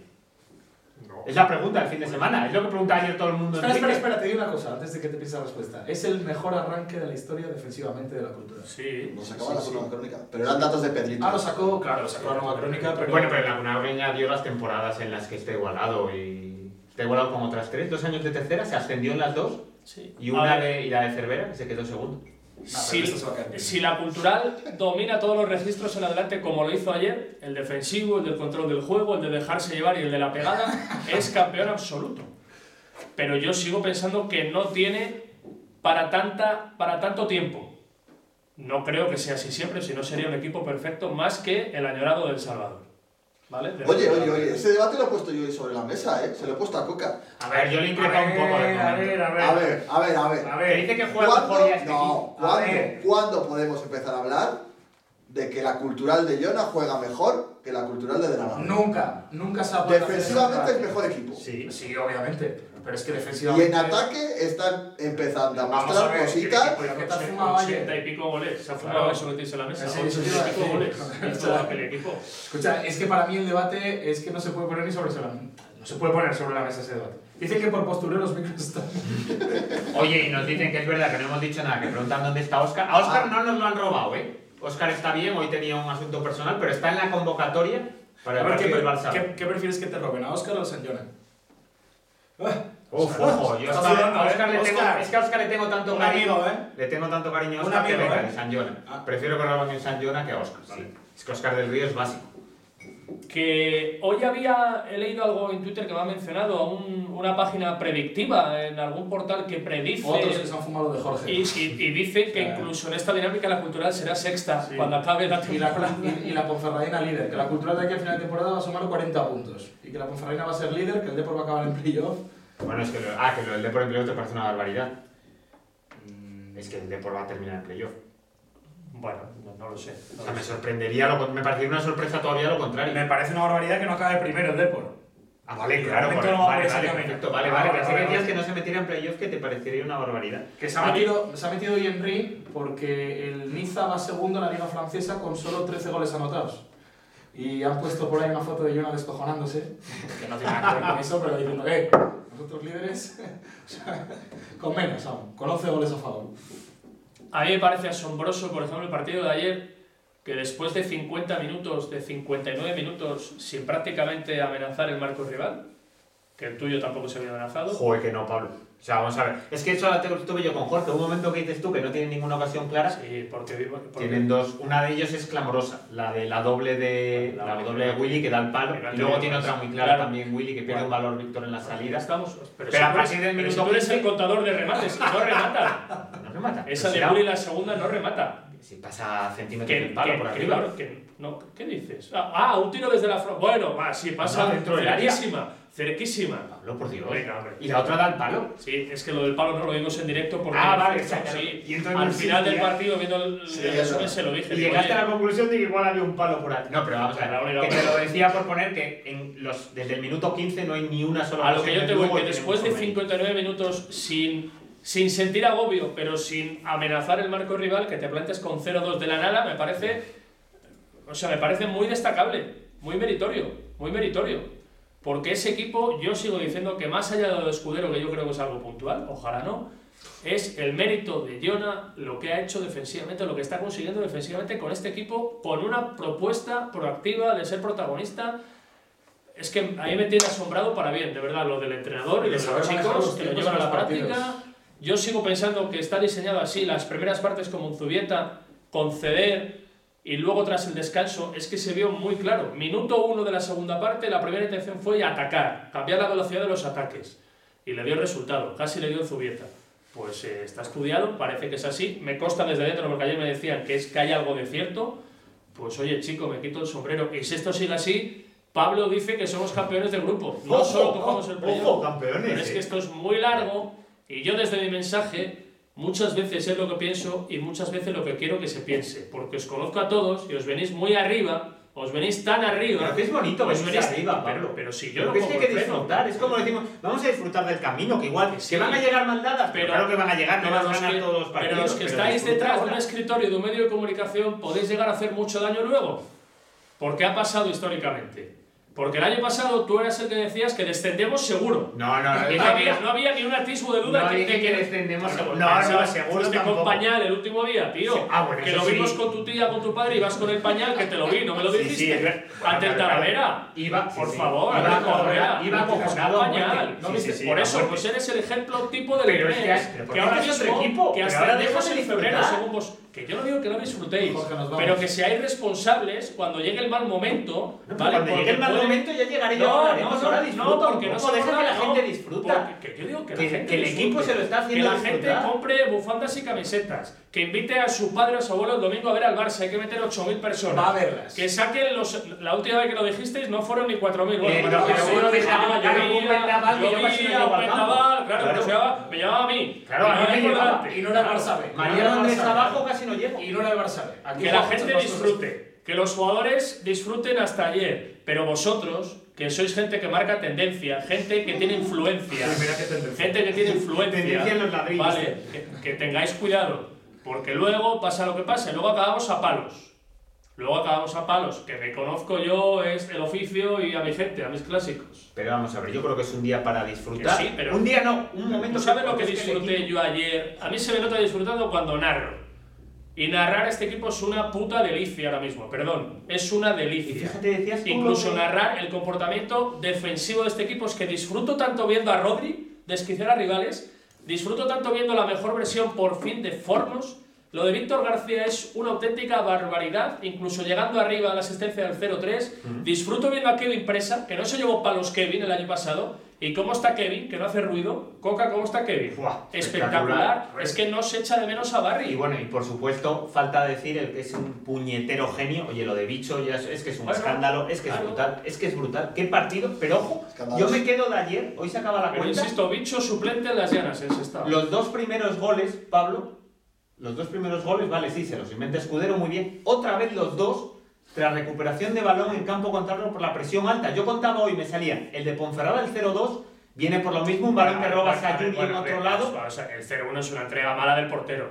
Es la pregunta del fin de semana. Es lo que preguntaba ayer todo el mundo. en
Espera, espera,
Twitter.
espera, te digo una cosa antes de que te pienses la respuesta. Es el mejor arranque de la historia defensivamente de la cultura.
Sí.
Nos acaba la última crónica. Pero eran datos de Pedrito.
Ah, lo sacó, claro, lo sacó la nueva crónica, pero.
Bueno, pero la Laguna Breña dio las temporadas en las que está igualado y está igualado con otras tres. Dos años de tercera, se ascendió en las dos
sí.
y
A
una
ver,
de, y la de Cervera, que se quedó segundo.
Si,
esto se va a caer bien.
si la cultural domina todos los registros en adelante como lo hizo ayer, el defensivo, el del control del juego, el de dejarse llevar y el de la pegada, es campeón absoluto. Pero yo sigo pensando que no tiene para, tanta, para tanto tiempo. No creo que sea así siempre, si no sería un equipo perfecto más que el añorado del Salvador. ¿Vale? De-
Oye, oye, oye, ese debate lo he puesto yo hoy sobre la mesa, ¿eh? Se lo he puesto a Coca.
A ver, yo le
A
increpa un poco de
ver, a ver, a ver.
A ver, a ver, a ver.
A
Que
ver.
dice que juega
¿Cuándo,
mejor ya este
no,
equipo.
A
¿cuándo,
ver.
cuándo podemos empezar a hablar de que la cultural de Yona juega mejor que la cultural de Dragón?
Nunca, nunca se ha vuelto a hacer
Defensivamente es
eso.
mejor equipo.
Sí.
Sí, obviamente. Pero es que
Y
defensivamente.
en ataque están empezando a
Vamos
mostrar
a ver,
cositas.
¿qué
Pero
¿Qué
que
te has
se-
fumado
80 y
ayer?
pico goles. Se ha fumado
Claro.
eso que te dice la mesa.
Sí,
80
eso te iba a
y pico
decir.
goles. Es todo aquel equipo.
Escucha, es que para mí el debate es que no se puede poner ni sobre la No se puede poner sobre la mesa ese debate. Dicen que por postureo los micros están.
Oye, y nos dicen que es verdad que no hemos dicho nada, que preguntan dónde está Oscar. A Oscar no nos lo han robado, ¿eh? Oscar está bien, hoy tenía un asunto personal, pero está en la convocatoria para
A
el
ver,
partido
¿qué,
del Barça.
qué- qué prefieres que te roben? ¿A Oscar o a San Jonan?
Uf, ojo, yo
Está
Oscar-
sudando,
a Oscar
¿eh?
le tengo,
Oscar.
es que a Oscar le tengo tanto
Un
cariño.
amigo, ¿eh?
Le tengo tanto cariño a
Un
Oscar que
amigo,
venga,
¿eh?
que San Jona.
Ah.
Prefiero que roben en San Jona que a Oscar. sí. Es que Oscar del Río es básico.
que hoy había he leído algo en Twitter que me ha mencionado, a un- una página predictiva en algún portal que predice...
Otros que se han fumado de Jorge.
Y, y, y dice que
Claro.
incluso en esta dinámica la cultural será sexta
Sí.
cuando acabe la
Y la,
temporada.
y, y la Ponferradina líder, que la cultura de aquí al final de temporada va a sumar 40 puntos. Y que la Ponferradina va a ser líder, que el Depor va a acabar en playoff.
Bueno, es que lo, ah, que lo del Depor en playoff te parece una barbaridad. Mm, Es que el Depor va a terminar en playoff.
Bueno, no, no lo sé.
O sea, me sorprendería, lo con- me parecería una sorpresa todavía lo contrario.
Me parece una barbaridad que no acabe primero el Depor.
Ah, vale,
De
claro,
momento
correcto,
no va por
vale,
ese
vale,
camino.
perfecto, vale,
Ah,
vale.
vale,
Pensé
vale,
que decías
vale.
que no se metiera en playoff, que te parecería una barbaridad.
Que se
Se
ha
ha
metido.
metido, se ha metido hoy Henry porque el Niza va segundo en la liga francesa con solo 13 goles anotados. Y han puesto por ahí una foto de Jonah descojonándose, que no tiene nada que ver con eso, pero diciendo, eh, nosotros líderes, o sea, con menos aún, con 11 goles a favor.
A mí me parece asombroso, por ejemplo, el partido de ayer, que después de 50 minutos, de 59 minutos, sin prácticamente amenazar el marco rival, que el tuyo tampoco se había amenazado,
Joder, que no, Pablo. O sea, vamos a ver. Es que eso lo te- tuve yo con Jorge. Un momento que dices tú que no tienen ninguna ocasión clara.
sí, porque vivo- porque-
Tienen dos. Una de ellos es clamorosa. La de la doble de
La
la,
doble.
doble de Willy que da el palo.
Que da el
Y luego
tiro,
tiene
pues,
otra muy clara
claro. Pues
también Willy que pierde un valor Víctor en la salida.
Estamos, pero,
Pero
si
a
tú
partir
eres-
del
pero si
minuto
tú eres el
15.
contador de remates, y no remata.
No remata.
Esa de
Será-
Bully, la segunda, no remata.
Si pasa centímetros
Que,
del palo
que-
por
que-
arriba.
claro, que- no, ¿Qué dices? Ah, ah, un tiro desde la frontal. Bueno, va, sí, pasa
No, dentro del área.
cerquísima. Cerquísima.
Pablo, por Dios.
Venga, hombre.
Y la otra da el palo.
Sí, es que lo del palo no lo vimos en directo porque
Ah, vale,
sí,
o sea, claro.
sí.
Y entonces
al
no
final del
existía.
partido viendo el,
Sí,
el
ya
resumen,
sabes.
se lo dije.
Y
digo,
llegaste a
oye,
la conclusión de que igual había un palo por aquí. No, pero vamos a
La
ver.
única
Que te
cosa.
lo decía por poner que en los, desde el minuto 15 no hay ni una sola
a lo que
ocasión
yo
de
te voy,
Lugo
que
tiene
después de
mucho mérito.
59 minutos sin, sin sentir agobio, pero sin amenazar el marco rival, que te plantes con 0-2 de la nada, me parece, o sea, me parece muy destacable, muy meritorio, muy meritorio. Porque ese equipo, yo sigo diciendo que más allá de lo de Escudero, que yo creo que es algo puntual, ojalá no, es el mérito de Jona, lo que ha hecho defensivamente, lo que está consiguiendo defensivamente con este equipo, con una propuesta proactiva de ser protagonista. Es que a mí me tiene asombrado para bien, de verdad, lo del entrenador y
De
los
saber manejar
chicos
los
que lo
tiempos
llevan a
en
la
los
práctica.
partidos.
Yo sigo pensando que está diseñado así, las primeras partes como un Zubieta, conceder y luego tras el descanso, es que se vio muy claro. Minuto uno de la segunda parte, la primera intención fue atacar, cambiar la velocidad de los ataques. Y le dio el resultado, casi le dio el Zubieta. Pues eh, está estudiado, parece que es así. Me consta desde dentro, porque ayer me decían que es que hay algo de cierto. Pues oye, chico, me quito el sombrero. Y si esto sigue así, Pablo dice que somos campeones del grupo. No
Ojo,
solo cojamos el
ojo,
playoff.
ojo, campeones,
Pero es
eh.
que esto es muy largo y yo desde mi mensaje muchas veces es lo que pienso y muchas veces lo que quiero que se piense. Porque os conozco a todos y os venís muy arriba, os venís tan arriba.
Pero que es bonito
os
venirse arriba,
Pues pero-
Pablo.
Pero si yo no
Porque es que
pongo
hay que
el freno.
disfrutar, es como decimos, vamos a disfrutar del camino, que igual,
Sí.
que van a llegar maldadas, pero,
Pero-
claro que van a llegar, no
pero
vas a
los
ganar
que-
Ah, todos los partidos.
Pero los que estáis
disfruta
detrás de
ahora.
un escritorio, de un medio de comunicación, podéis llegar a hacer mucho daño luego. Porque ha pasado históricamente. Porque el año pasado tú eras el que decías que descendemos seguro.
No, no, no.
Y
es
no había,
que-
no había ni un atisbo de duda
No
que,
dije
de
que descendemos
Bueno,
seguro. No, no,
pensabas,
seguro
fuiste con
tampoco.
pañal el último día, tío.
Sí, ah, bueno,
que
eso
lo vimos
sí.
con tu tía, con tu padre, y vas con el pañal, que te lo vi, no me lo
Sí,
dijiste.
sí, es verdad.
Ante el
Claro, claro.
Talavera.
Iba- sí,
por
sí.
favor,
Iba
ante el
acojonado-
Talavera.
iba
No te hagas
acojonado a
un pañal.
muerte.
¿no
Sí,
viste?
sí, sí,
por
a
eso,
muerte.
pues eres el ejemplo tipo del
Pero es
mes,
que has- pero ¿por
que
qué
ahora
no es otro
mismo,
equipo?
que
Pero
hasta
ahora
dejas
dejas
en
de
febrero,
disfrutar.
según vos. Que yo no digo que no disfrutéis,
Jorge, nos vamos.
pero que seáis responsables cuando llegue el mal momento.
No, pero
¿vale?
cuando llegue
Porque
el mal
puede-
momento ya llegaré yo, hablaremos, ahora disfruta un
porque no
poco, deja
somos
que la
nada,
gente disfruta.
porque- que yo digo que, la
Que-
gente
que el
disfrute,
equipo se lo está haciendo
Que la gente
disfrutar.
compre bufandas y camisetas. Que invite a su padre o su abuelo el domingo a ver al Barça. Hay que meter 8.000 personas.
Va a verlas.
Que saquen los. La última vez que lo dijisteis no fueron ni 4.000. Bueno,
Eh,
bueno,
no,
pues
pero
sí,
uno dice,
ah,
ah,
yo
claro,
vi
un
a-
vendaval que
yo
yo casi
vi
no
a
llego
un
al campo.
vendaval, claro,
Claro.
pero se llamaba- me llamaba a mí.
Claro, a
Me
mí
llamaba
me
por
llevaba.
delante.
Y no era el Barça B.
Mañana donde está
Barça B.
abajo casi no llego.
Y no era el Barça B. Aquí
Que la
jugamos
gente
otras cosas.
disfrute, que los jugadores disfruten hasta ayer, pero vosotros, que sois gente que marca tendencia, gente que tiene influencia, gente que tiene influencia,
Tendencia en los ladrillos. ¿eh?
vale, que, que tengáis cuidado, porque luego pasa lo que pasa, luego acabamos a palos. Luego acabamos a palos, que me conozco yo, es el oficio y a mi gente, a mis clásicos.
Pero vamos a ver, yo creo que es un día para disfrutar.
Que sí, pero-
Un día no, un
¿Tú
momento.
sabes lo que
porque es el
disfruté
equipo-
yo ayer? A mí se me nota disfrutando cuando narro. Y narrar a este equipo es una puta delicia ahora mismo, perdón. Es una delicia.
Y fíjate, decías tú,
Incluso
¿no?
narrar el comportamiento defensivo de este equipo es que disfruto tanto viendo a Rodri desquiciar a rivales, disfruto tanto viendo la mejor versión por fin de Fornos, Lo de Víctor García es una auténtica barbaridad, incluso llegando arriba a la asistencia del 0-3. Disfruto viendo a Kevin Presa, que no se llevó palos Kevin el año pasado. ¿Y cómo está Kevin? Que no hace ruido. Coca, ¿cómo está Kevin?
Buah,
espectacular.
espectacular.
Es que no se echa de menos a Barry.
Y bueno, y por supuesto, falta decir el que es un puñetero genio. Oye, lo de bicho, ya es, es que es un
Bueno,
escándalo, es que es
claro.
brutal, es que es brutal. Qué partido, pero ojo, yo
Escandaloso.
me quedo de ayer, hoy se acaba la
Pero
cuenta.
insisto, bicho suplente en las llanas, ese estado.
Los dos primeros goles, Pablo, los dos primeros goles, vale, sí, se los inventa Escudero muy bien. Otra vez los dos, tras recuperación de balón en campo contrario por la presión alta. Yo contaba hoy, me salía el de Ponferrada, el 0-2, viene por lo mismo, un balón que roba
Bueno,
Sayuri en
bueno,
otro
bueno,
lado.
o sea, El 0-1 es una entrega mala del portero.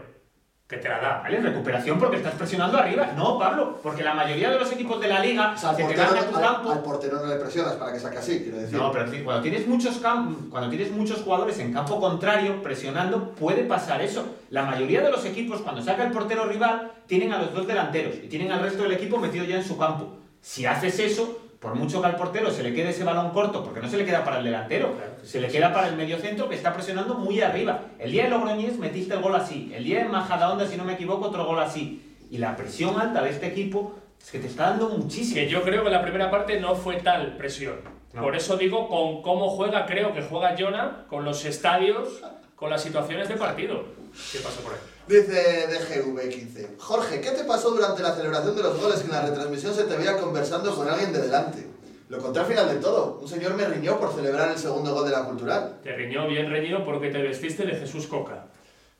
Que te la da.
Vale, recuperación porque estás presionando arriba. No, Pablo, porque la mayoría de los equipos de la liga
O sea, al
se te
portero,
dan a tu
al-
campo.
al portero no le presionas para que saque así, quiero decir.
No, pero es decir, cuando tienes muchos cam- cuando tienes muchos jugadores en campo contrario presionando, puede pasar eso. La mayoría de los equipos cuando saca el portero rival tienen a los dos delanteros y tienen al resto del equipo metido ya en su campo. Si haces eso, por mucho que al portero se le quede ese balón corto, porque no se le queda para el delantero, se le queda para el mediocentro que está presionando muy arriba. El día de Logroñés metiste el gol así, el día de Majadahonda, si no me equivoco, otro gol así. Y la presión alta de este equipo es que te está dando muchísimo.
Que yo creo que la primera parte no fue tal presión.
No.
Por eso digo con cómo juega, creo que juega Jonah con los estadios, con las situaciones de partido. ¿Qué pasó por ahí?
Dice DGV15. Jorge, ¿qué te pasó durante la celebración de los goles que en la retransmisión se te veía conversando con alguien de delante? Lo conté al final de todo. Un señor me riñó por celebrar el segundo gol de la cultural.
Te riñó bien reñido porque te vestiste de Jesús Coca.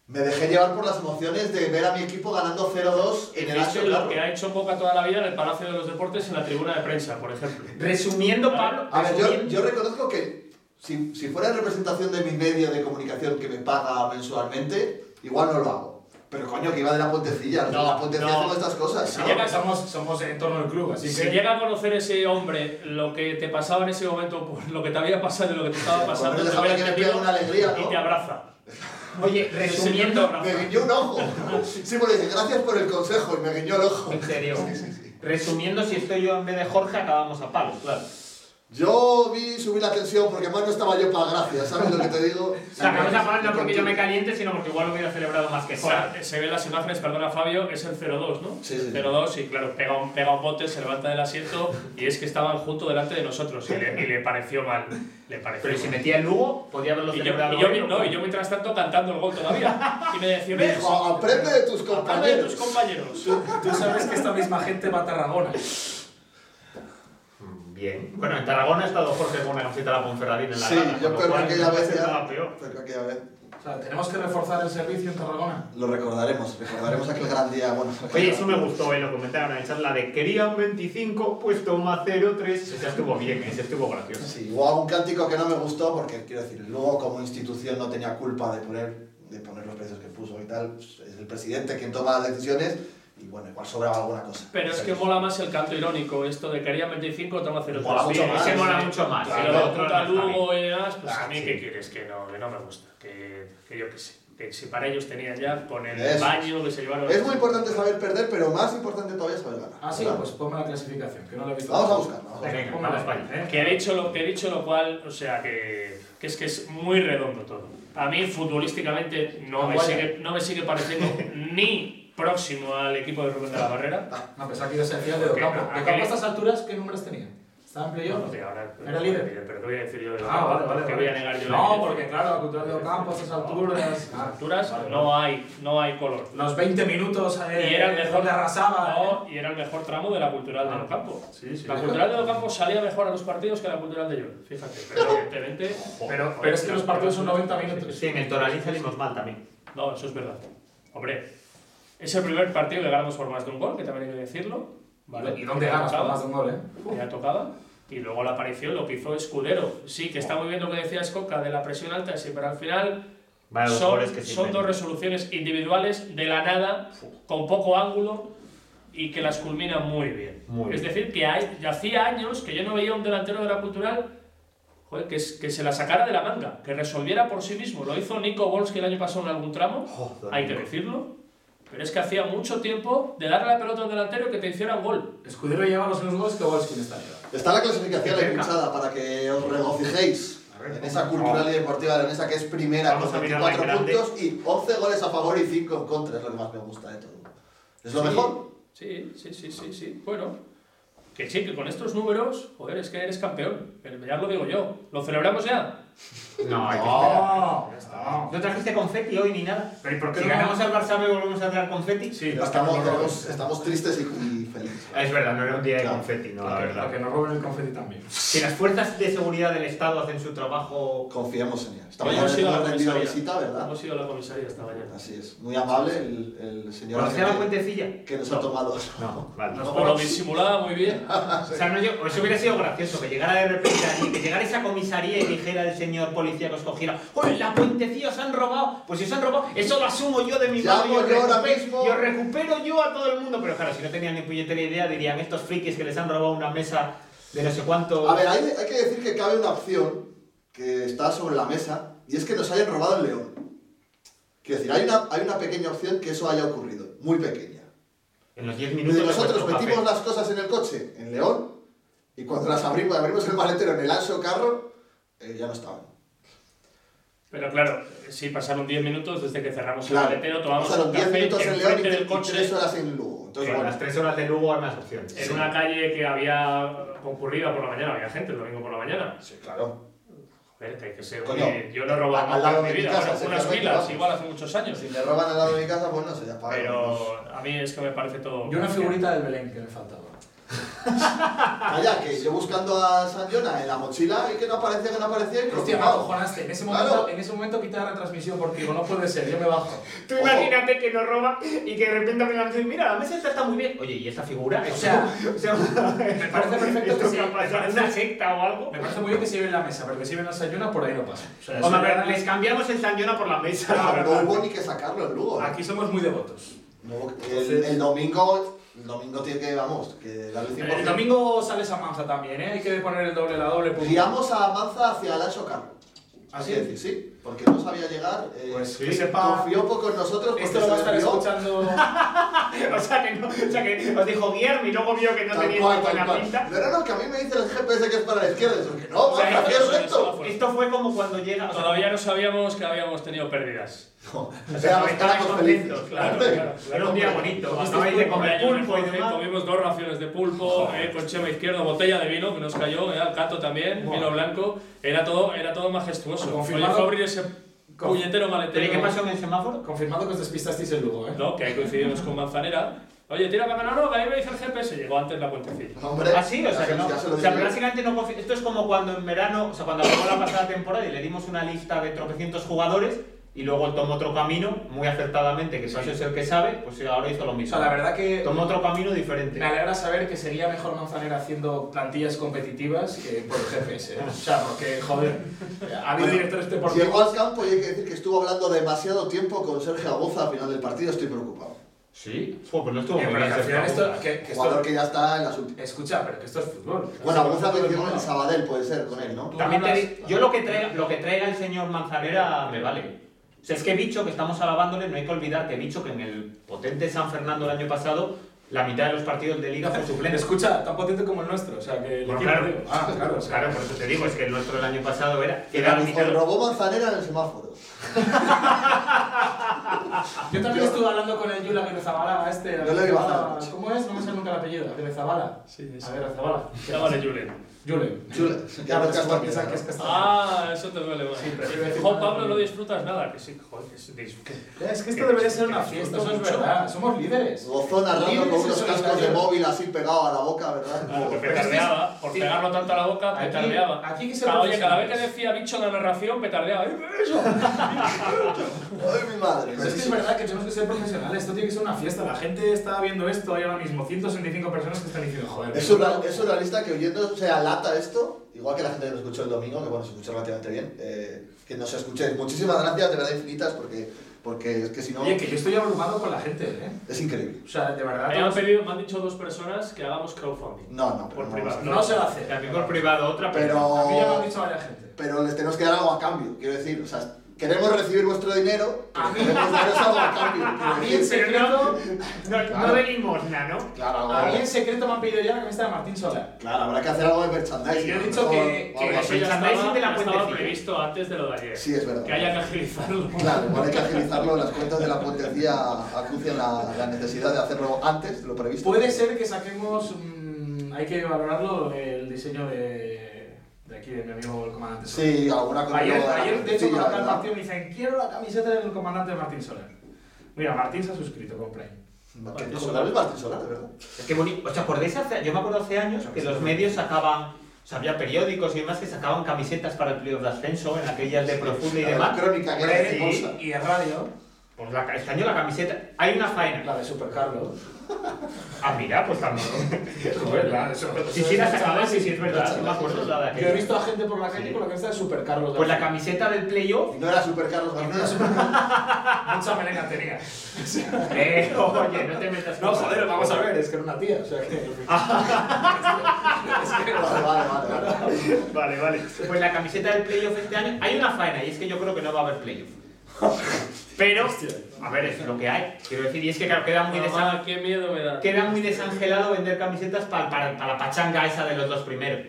Me dejé llevar por las emociones de ver a mi equipo ganando 0-2 en el
Hiciste
Ancho
lo
Carro.
que ha hecho Coca toda la vida en el Palacio de los Deportes en la tribuna de prensa, por ejemplo.
Resumiendo, Pablo,
A ver, yo,
resumiendo-
yo reconozco que si, si fuera en representación de mi medio de comunicación que me paga mensualmente, igual no lo hago. Pero coño, que iba de la puentecilla. Los de la puentecilla
no.
hacemos estas cosas.
Si
¿no?
llega-
somos, somos en torno al club, así
Si
que.
llega a conocer ese hombre lo que te pasaba en ese momento, por lo que te había pasado y lo que te estaba
Sí,
pasando,
por
te
lo menos
hubiera
déjame que me
entendido
pegue una alegría,
y
¿no?
te abraza.
Oye,
Ese te
resumiendo,
abraza.
Me guiñó un ojo. Sí, porque dice, gracias por el consejo y me guiñó el ojo.
en serio. Resumiendo, si estoy yo en vez de Jorge, acabamos a palos, claro.
Yo vi subir la tensión porque más no estaba yo para gracias, ¿sabes lo que te digo?
O sea, acabamos a palos no porque yo me caliente, sino porque igual hubiera celebrado más que
Joder,
Sara.
se ven las imágenes, perdona Fabio, es el 02, ¿no?
Sí, sí.
02 y claro, pega un, pega un bote, se levanta del asiento y es que estaban junto delante de nosotros y le, y le pareció mal. Le pareció
Pero si
mal.
metía el Lugo, podía haberlo
Y yo,
celebrado.
y yo-
hoy,
no, y yo mientras tanto cantando el gol todavía. Y me decía,
Me
"Ves,
dijo, aprende de tus
aprende de
compañeros.
tus compañeros.
Tú sabes que esta misma gente va a Tarragona.
Mm, Bien. Bueno, en Tarragona ha estado Jorge con una camiseta de la Ponferradina en la
Sí,
gala, con
yo
lo
creo que
cual
aquella
no
vez
es
ya.
nada peor.
creo que aquella vez.
O sea, tenemos que reforzar el servicio en Tarragona.
Lo recordaremos, recordaremos aquel gran día. Bueno,
Oye, eso me gustó, eh, lo comentaron en la charla de querían 25, pues toma 0-3. Ese estuvo bien, ese estuvo gracioso.
Sí, o a un cántico que no me gustó porque, quiero decir, luego como institución no tenía culpa de poner, de poner los precios que puso y tal. Pues, Es el presidente quien toma las decisiones y bueno, igual sobraba alguna cosa.
Pero es que mola más el canto irónico, esto de quería 25, toma 0
Mola mucho
Bien,
más, ¿eh?
ese mola
sí.
mucho más.
Si
el
lo de
otro
puta
no está bien.
Lugo y demás, pues
Ah,
a mí
sí.
qué quieres, que no, que no me gusta, que, que yo qué sé. Que si para ellos tenían ya con el
Eso.
baño que se llevaron.
Es muy importante saber perder, pero más importante todavía es saber ganar.
Ah, sí,
¿verdad?
pues ponme la clasificación, que no la he visto.
Vamos a buscarla, vamos a
Venga,
Pónmela
vamos para allá.
¿eh?
Que he dicho lo que he dicho lo cual, o sea, que, que es que es muy redondo todo. A mí futbolísticamente no, me
Aguaya.
sigue, no me sigue pareciendo ni próximo al equipo de Rubén de
Ah,
la Barrera.
No, pensaba que ibas a decir el de
Porque
Ocampo.
aquel-
¿Ocampo a estas alturas qué números tenía? ¿Estaba en
No,
playoff?
tío, ahora-
¿Era líder?
Pero qué voy a decir yo de
Ah, vale, vale.
¿Qué
vale.
voy a negar yo?
No,
la-
porque claro, la cultura de Ocampo a estas alturas.
a alturas no hay, no hay color.
Los 20 minutos eh,
Y era el mejor
donde arrasaba. ¿eh? Ah.
No, y era el mejor tramo de la cultural de Ocampo.
Sí, sí.
La cultural de Ocampo salía mejor a los partidos que la cultural de Llor, fíjate. Pero evidentemente.
Pero, pero es que los partidos son 90 minutos.
Sí, en el Toralín salimos mal también.
No, eso es verdad. Hombre, es el primer partido que ganamos por más de un gol, que también hay que decirlo. ¿vale?
¿Y dónde ganas
Ya
por
tocaba,
más de un gol, eh?
Ya tocaba. Y luego la aparición, lo que hizo Escudero. Sí, que está muy bien lo que decías, Coca, de la presión alta, sí, pero al final
Vaya los
son,
goles que se
son dos
inventan.
resoluciones individuales de la nada, con poco ángulo y que las culmina muy bien.
Muy
es
bien.
decir, que hay, ya hacía años que yo no veía un delantero de la cultural joder, que, es- que se la sacara de la manga, que resolviera por sí mismo. Lo hizo Nico Wolski el año pasado en algún tramo,
Joder,
hay que
Nico.
decirlo. Pero es que hacía mucho tiempo de darle la pelota al delantero y que te hiciera un gol.
Escudero lleva los mismos goles que Wolski en esta liga.
Está la clasificación ahí pinchada para que os regocijéis. En esa cultural y deportiva de esa que es primera
Vamos
con
a mirarla en
24
grande.
puntos y 11 goles a favor y 5 en contra, es lo que más me gusta de todo. ¿Es lo
Sí,
mejor?
Sí, sí, sí, sí, sí. Bueno, que sí, que con estos números, joder, es que eres campeón. Pero ya lo digo yo. ¿Lo celebramos ya?
No, hay que esperar.
No, ya está.
¿No trajiste confeti hoy ni nada?
Ah. Pero ¿y por qué
si
no?
ganamos al Barça, ¿me volvemos a traer confeti?
Sí,
Estamos,
para que no
tenemos- estamos tristes y, y felices.
Ah, Es verdad, no era un día de
Claro.
confeti, no, la
Para que- para
verdad.
que nos roben el confeti también.
Si las fuerzas de seguridad del Estado hacen su trabajo.
Confiamos en ella. Esta mañana
Hemos ido a
hemos
la
rendido
comisaría.
visita, ¿verdad?
Hemos ido a la comisaría esta mañana.
Así es. Muy amable el, el señor
¿Conocía la
agente
cuentecilla?
que nos ha tomado.
No, vale.
O lo disimulaba muy bien.
O sea, no, yo, eso hubiera sido gracioso, que llegara de repente allí, que llegara esa comisaría y dijera el señor policía que os cogiera, ¡Uy, la puentecilla os han robado! Pues si os han robado, eso lo asumo yo de mi
Ya
mano y
voy
os
yo ahora
recupe-
mismo.
y os recupero yo a todo el mundo. Pero claro, si no tenían ni puñetera idea, dirían estos frikis que les han robado una mesa de no sé cuánto.
A ver, hay, hay que decir que cabe una opción que está sobre la mesa y es que nos hayan robado el león. Quiero decir, hay una, hay una pequeña opción que eso haya ocurrido, muy pequeña.
en los 10
Y
minutos. de
nosotros
vuestro
metimos
café.
las cosas en el coche, en León, y cuando las abrimos, abrimos el maletero en el ancho carro, eh, ya no estaban.
Pero claro, sí, pasaron 10 minutos desde que cerramos el maletero, tomamos
pasaron
un
10
café
minutos en León y
enfrente del
3
coche,
horas en Lugo. Entonces,
Con las
bueno,
3 horas de Lugo hay más opciones.
en una calle que había concurrida por la mañana, había gente el domingo por la mañana.
sí, claro.
Joder, que hay que ser,
Coño,
oye, yo no he robado
al- al lado
nada en mi
de mi
vida,
casa,
bueno,
se
unas
me ha
pilas,
robado.
igual hace muchos años.
Si le roban al lado de mi casa, pues no sé, ya pagan.
Pero a mí es que me parece todo...
Y una figurita del Belén que me faltaba.
Allá, que yo buscando a San Jona en la mochila y que no aparecía, que no aparecía, y
Hostia, me
preocupado.
acojonaste. En ese
Claro.
momento, en ese momento quité la retransmisión porque digo, no puede ser, yo me bajo.
Tú imagínate que nos roba y que de repente me van a decir, mira, la mesa esta está muy bien. Oye, ¿y esta figura? O sea, o sea me
parece perfecto que sí, me
una secta o algo.
Me parece muy bien que se lleven la mesa, pero que se lleven la sayuna por ahí no pasa. O sea, eso
Hombre,
ya-
pero les cambiamos el sanguiona por la mesa.
Ah, no hubo ni que sacarlo en Lugo.
Aquí somos muy devotos.
No hubo- el, el domingo, el domingo tiene que, vamos, que darle 100%.
El domingo sales a Manza también, ¿eh? Hay que poner el doble, la doble. pum.
Guiamos a Manza hacia el ancho carro.
¿Así?
Es decir, sí, porque no sabía llegar. eh,
Pues sí.
que sepa- Confió poco en nosotros. porque
Esto lo va a estar
se desvió.
escuchando.
o, sea, que no, o sea, que os dijo Guillermo y luego vio que no
Tal
tenía
cual,
tan
tal
buena
cual.
pinta.
No, no, no, que a mí me dice el GPS que es para la izquierda. Y yo, que no,
sea,
vamos, ¿qué
eso-
es
eso
esto?
fue-
Ah, Esto fue como cuando llega. o sea,
Todavía no sabíamos que habíamos tenido pérdidas.
No,
sea,
éramos-
no estabais
éramos
contentos,
felices.
claro, claro,
Era un día bonito.
Comisteis
Este
Acabáis de
pulpo,
comer
cumpleaños de
pulpo y
Jorge,
demás.
Comimos dos raciones de pulpo, eh, con chema izquierdo, botella de vino que nos cayó, eh, al gato también, vino blanco. Era todo, era todo majestuoso.
Confirmado.
Oye, fue abrir ese
Con-
puñetero maletero.
¿Pero qué pasó en el semáforo?
Confirmado que os despistasteis el Lugo, ¿eh?
No, que ahí coincidimos con Manzanera. Oye, tira para no, que ahí me dice el GPS. Llegó antes la puentecilla.
Hombre,
Así, Ah, o sea, que no.
ya se lo
O sea,
dije
pero
yo.
básicamente no confi- Esto es como cuando en verano, o sea, cuando acabó la pasada temporada y le dimos una lista de tropecientos jugadores y luego tomó otro camino, muy acertadamente, que Sasha es el que sabe, pues ahora hizo lo
O
mismo.
sea, la verdad que
Tomó otro camino diferente.
me alegra saber que sería mejor Manzanera haciendo plantillas competitivas que por el GPS. ¿eh? O sea, porque, joder, ha habido directores
Llegó
deportivos.
al campo y hay que decir que estuvo hablando demasiado tiempo con Sergio Agoza al final del partido. Estoy preocupado.
Sí, Fue, pues no estuvo
Eh,
muy
pero que
bien
al final
acertado.
esto, que- que esto-
Jugador que ya está en las últimas.
Escucha, pero que esto es fútbol.
Bueno,
Esto es
Agoza
fútbol del
venció
mundo.
en Sabadell, puede ser, con él, ¿no?
También te di-
Claro.
yo lo que, traiga, lo que traiga el señor Manzanera me vale. O sea, es que Bicho, que estamos alabándole, no hay que olvidar que Bicho, que en el potente San Fernando el año pasado, la mitad de los partidos de liga fue suplente.
Escucha, tan potente como el nuestro. O sea, que. el
Bueno,
equipo,
claro.
digo. Ah, claro, o sea,
Claro, por eso te digo, es que el nuestro el año pasado era.
Que
era
la-
mitad
que
de-
robó Manzanera en el semáforo.
Yo también estuve hablando con el Yula Guerrezabala, este.
Yo le iba a dar.
¿Cómo es? No me sale nunca el apellido. Guerrezabala.
Sí, sí.
A ver, Guerrezabala.
Ya vale, Julen.
Yule.
Yule.
Ya ves cómo
Castañeda,
piensan
¿no?
que es castellano.
Ah, eso te duele más.
prefiero decir
Jo,
nada.
Pablo, no disfrutas nada. Que sí, joder, que sí, dis- que-
Es que esto debería ser una fiesta, eso es verdad. Somos líderes.
Gozó narrando con
Líderes en
unos cascos de
solidaridad.
móvil así pegado a la boca, ¿verdad?
Porque
pero es que
petardeaba,
es-
por
sí.
pegarlo tanto a la boca,
Aquí-
petardeaba.
aquí hay que ser
Cada- Oye, cada vez
profesionales.
que decía bicho la narración, petardeaba. ¡Eh, eso!
Ay, mi madre.
Pero es que es verdad que tenemos que ser profesionales, esto tiene que ser una fiesta. La gente está viendo esto ahí ahora mismo, 165 personas que están diciendo, joder.
Es una, es una lista que oyendo se alata esto, igual que la gente que nos escuchó el domingo, que bueno, se escuchó relativamente bien, eh, que nos escuchéis. Muchísimas gracias, de verdad infinitas, porque, porque es que si no,
Oye, que yo estoy abrumado con la gente, ¿eh?
es increíble.
O sea, de verdad.
Me han
todos-
pedido, me han dicho dos personas que hagamos crowdfunding.
No, no, pero,
Por
no,
privado.
No se va a hacer.
La mejor privado, otra,
A mí ya me han
pero,
dicho varias gente.
pero les tenemos que dar algo a cambio, quiero decir. O sea, queremos recibir vuestro dinero, pero queremos daros algo a cambio.
A
quiero
mí en
decir.
secreto,
No, no de limosna, ¿no?
Claro, algo-
A mí en secreto me han pedido ya la camiseta de Martín Soler.
claro, habrá que hacer algo de merchandising.
Y yo he
a lo
dicho
mejor,
que-
o algo
que
así.
eso ya
estaba,
merchandising de
ya
la
estaba
puentecilla.
previsto antes de lo de ayer.
Sí, es verdad.
Que haya que agilizarlo.
Claro, igual hay que agilizarlo, las cuentas de la puentecía acucian la, la necesidad de hacerlo antes de lo previsto.
Puede ser que saquemos, mm, hay que valorarlo, el diseño de, de aquí, de mi amigo el comandante Soler.
Sí, alguna cosa.
Ayer,
nueva la
ayer, de hecho,
puentecilla,
cuando acaba el
¿verdad?
partido me dicen, quiero la camiseta del comandante Martín Soler. Mira, Martín se ha suscrito, compré.
Martín Solar es Martín Solar, de verdad.
Es que bonito. ¿Os acordáis hace, yo me acuerdo hace años que los medios sacaban, o sea, había periódicos y demás que sacaban camisetas para el playoff de ascenso, en aquellas de profunda y
La
demás.
crónica que era
Hombre,
hermosa.
y, y el radio,
Pues la, este año la camiseta. Hay una faena.
la de Super Carlos.
Ah, mira, pues también.
Joder, la de Super
Si sí, la sacaban, sí, sí, es verdad.
Sí,
No me acuerdo la de
Yo he
aquella.
visto a gente por la calle con la camiseta de Super Carlos.
Pues la camiseta del playoff.
Y no era Super Carlos García.
Mucha melena tenía.
Eh, oye, no te metas con-
No, joder, vamos a ver, es que era una tía. O sea que.
Vale,
Ah,
vale, vale. vale.
Vale, vale. Pues la camiseta del playoff este año, hay una faena y es que yo creo que no va a haber playoff. Pero, a ver, es lo que hay. Quiero decir, y es que claro, queda muy,
Mamá,
desan-
qué miedo me da.
queda muy desangelado vender camisetas para, para, para la pachanga esa de los dos primeros.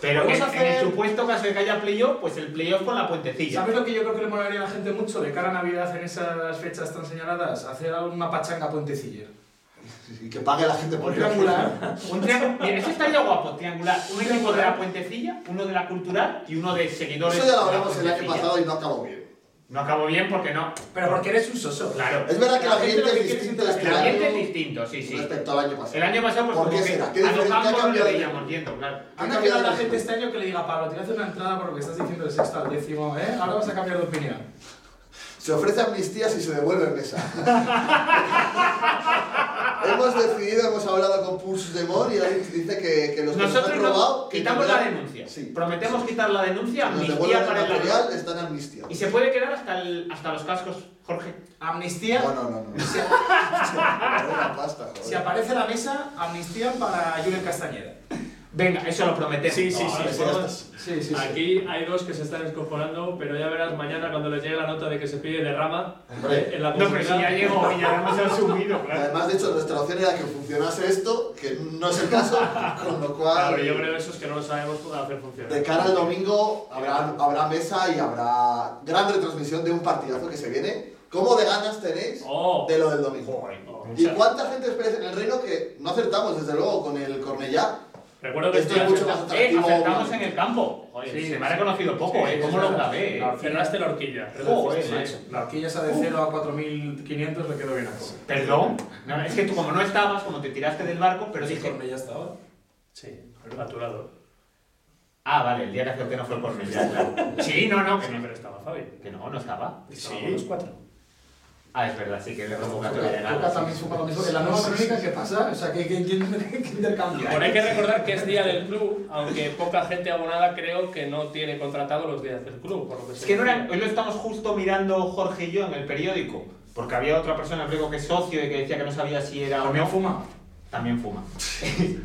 Pero en,
Vamos a
en el
hacer-
supuesto caso de que haya playoff, pues el playoff con la puentecilla.
¿Sabes lo que yo creo que le molaría a la gente mucho de cara a Navidad en esas fechas tan señaladas? Hacer alguna pachanga puenteciller.
Y que pague la gente por
Un
ello.
triangular.
Un triángulo. Mira, eso estaría guapo, triangular. Un equipo de la puentecilla, uno de la cultural y uno de seguidores.
Eso ya lo
de la
hablamos el año
Puentecilla.
pasado y no acabó bien.
No acabo bien porque no.
Pero porque eres un soso.
Claro.
Es verdad que la gente
lo que
es
quiere es
distinta este
El ambiente es
año
distinto, sí, sí.
respecto al año pasado.
El año pasado, pues
¿Por qué
como que
será? ¿Qué
a lo
diferencia ha
campo no
cambiado Ah,
le
de-
veíamos yendo, claro.
Han
Ha
cambiado
cambiado
la
de-
gente este año que le diga, Pablo, te voy a hacer una entrada porque estás diciendo de sexto al décimo, ¿eh? Ahora vas a cambiar de opinión.
Se ofrece amnistía si se devuelve mesa. hemos decidido, hemos hablado con Pulse de Mor y ahí dice que, que los que nos
Nosotros
han
no-
pues, robado. que
quitamos la
tendrán-
denuncia.
Sí.
Prometemos quitar la denuncia,
Nos
amnistía
devuelven el
para el
material,
avión.
está en amnistía.
Y se puede quedar hasta, el, hasta los cascos, Jorge.
Amnistía.
No, no, no. no.
Si,
Una pasta, joder.
si aparece la mesa, amnistía para Julen Castañeda.
Venga, eso lo prometemos.
Sí, sí,
No,
sí.
ahora
sí,
por-
Ah, pues ya está.
Sí, sí, sí.
Aquí hay dos que se están escojonando, pero ya verás mañana cuando les llegue la nota de que se pide derrama
Hombre.
en la
No, pero si ya
comunidad.
llegó y ya hemos subido, claro.
Además, de hecho, nuestra opción era que funcionase esto, que no es el caso, con lo cual.
Claro, yo creo que eso es que no lo sabemos hacer funcionar.
De cara al domingo habrá, habrá mesa y habrá gran retransmisión de un partidazo que se viene. ¿Cómo de ganas tenéis
Oh.
de lo del domingo? ¿Y cuánta gente esperáis en el reino que no acertamos, desde luego, con el Cornellá?
Recuerdo que
Esto
tú
es mucho más
Eh,
atractivo.
acertamos en el campo.
Sí,
sí, se me ha reconocido poco, ¿eh? ¿Cómo lo grabé? eh?
cerraste la horquilla.
Joder, macho.
La horquilla esa de 0 a 4.500 le quedó bien a poco.
Perdón. No, es que tú, como no estabas, como te tiraste del barco, pero dije.
Cornellá está ahora.
Sí, a tu lado.
Ah, vale, el día que acerté no fue por Cornellá, claro. Sí, no, no, que no,
Pero estaba Fabi.
que no, no estaba.
Sí, los cuatro.
Ah, es verdad, sí que le convocatoria de
Coca
nada.
también supo lo mismo. En la nueva crónica, ¿qué pasa? O sea, ¿qué, qué, qué, qué intercambio?
Bueno, hay que recordar que es día del club, aunque poca gente abonada creo que no tiene contratado los días del club, por lo que
Es
sé.
que no era, hoy lo estamos justo mirando Jorge y yo en el periódico, porque había otra persona, creo que es socio y que decía que no sabía si era.
¿También fuma?
También fuma.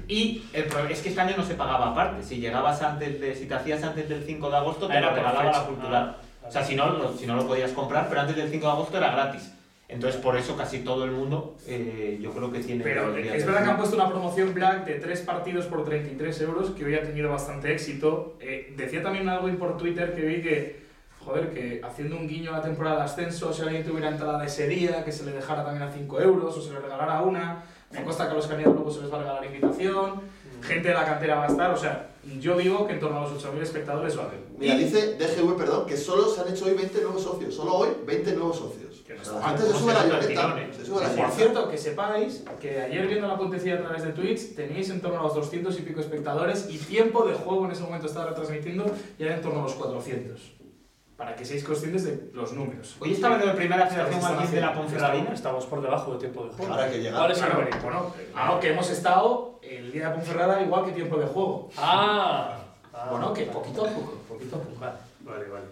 y el pro- es que este año no se pagaba aparte. Si llegabas antes de, si te hacías antes del 5 de agosto, te
Ah, era
lo
por la
regalaba la
fecha.
cultural.
Ah,
O sea, si no, lo, si no lo podías comprar, pero antes del 5 de agosto era gratis. Entonces, por eso casi todo el mundo, eh, yo creo que tiene.
Pero
el día
es
del
verdad que
club.
han puesto una promoción Black de tres partidos por 33 euros, que hoy ha tenido bastante éxito. Eh, decía también algo hoy por Twitter que vi que, joder, que haciendo un guiño a la temporada de ascenso, si alguien tuviera entrada ese día, que se le dejara también a 5 euros o se le regalara una. Me consta que a los candidatos luego se les va a regalar invitación. Gente de la cantera va a estar, o sea, yo digo que en torno a los 8.000 espectadores va a haber.
Mira, dice DGV, perdón, que solo se han hecho hoy 20 nuevos socios. Solo hoy, 20 nuevos socios.
Que no
O
está
sea,
mal,
antes se
no
sube
se
la
nota el
violeta.
tirón, eh.
Se sube la
Sí,
Por
violeta.
cierto, que sepáis que ayer viendo la puentecilla a través de Twitch teníais en torno a los 200 y pico espectadores y tiempo de juego en ese momento estaba retransmitiendo y era en torno a los 400. Para que seáis conscientes de los números.
Hoy estaba en la primera federación
Estamos-
alguien de la Ponferradina.
Estamos por debajo de tiempo de juego.
Ahora que llega.
¿Cuál es el
Claro,
veredicto?
bueno, claro que hemos estado el día de Ponferrada igual que tiempo de juego.
Ah, ah,
Bueno, que poquito a poco, poquito a poco.
Vale, vale, vale.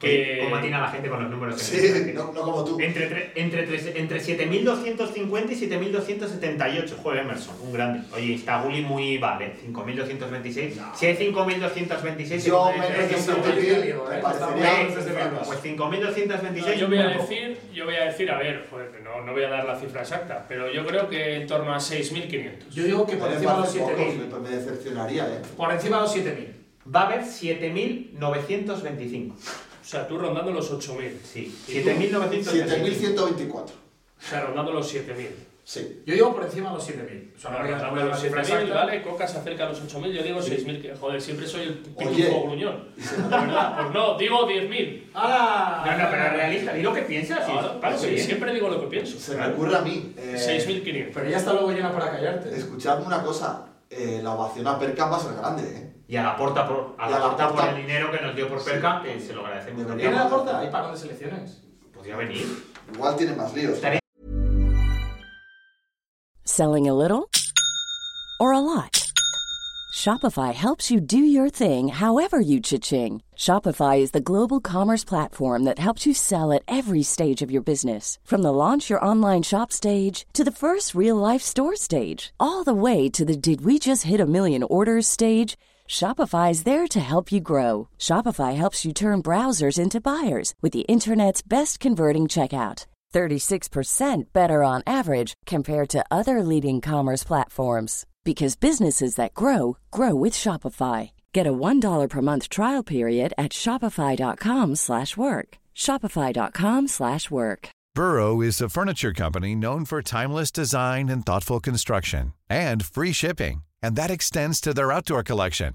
Que
Que-
matina la gente con los números. que
Sí,
tiene.
no, no como tú.
Entre, tre- entre, tres- entre 7.250 y 7.278. Joder, Emerson, un grande. Oye, está Gulli muy vale. 5.226. Si hay 5.226,
Yo
entonces-
menos de
es que
7.000
está muy bien,
me
eh, está muy
parecería.
bien desde mi
pues 5.226.
yo voy a
un poco.
decir
yo voy a decir, a ver, joder, no, no voy a dar la cifra exacta, pero yo creo que en torno a 6.500.
Yo digo que por encima de los
Hace poco,
7.000.
me- Me decepcionaría, ¿eh?
Por encima de los 7.000.
Va a haber 7.925.
O sea, tú rondando los 8.000.
Sí,
¿Y
7.925.
7.124.
O sea, rondando los 7.000.
Sí.
Yo digo por encima de los 7.000. O sea, no voy a dar
Rondando
una
los
cifra
7.000,
exacta.
¿vale? Coca se acerca a los 8.000, yo digo 6.000. que- Joder, siempre soy el
Oye.
pitufo gruñón. De verdad, Pues no, digo 10.000.
¡Hala!
No, no, pero realista, di lo que piensas. y-
Ahora, claro,
pues
Sí,
sí,
¿eh?
siempre digo lo que pienso.
Se me ocurre a mí. eh,
6.500.
Pero ya está luego llena para callarte.
Escuchadme una cosa. eh, la ovación a Perca va a ser grande, ¿eh?
Y a la porta por, a
Y
la
a la
Porta por
Porta.
el dinero que nos dio por perca, que se lo agradecemos.
Debería.
¿Tiene la puerta? Ahí para de selecciones.
Podría venir.
Igual tiene más líos.
Estaría
Selling a little or a lot? Shopify helps you do your thing however you cha-ching. Shopify is the global commerce platform that helps you sell at every stage of your business. From the launch your online shop stage to the first real life store stage, all the way to the did we just hit a million orders stage. Shopify is there to help you grow. Shopify helps you turn browsers into buyers with the internet's best converting checkout. 36% better on average compared to other leading commerce platforms because businesses that grow grow with Shopify. Get a $1 per month trial period at shopify.com/work. slash work. shopify.com/work. slash work.
Burrow is a furniture company known for timeless design and thoughtful construction and free shipping, and that extends to their outdoor collection.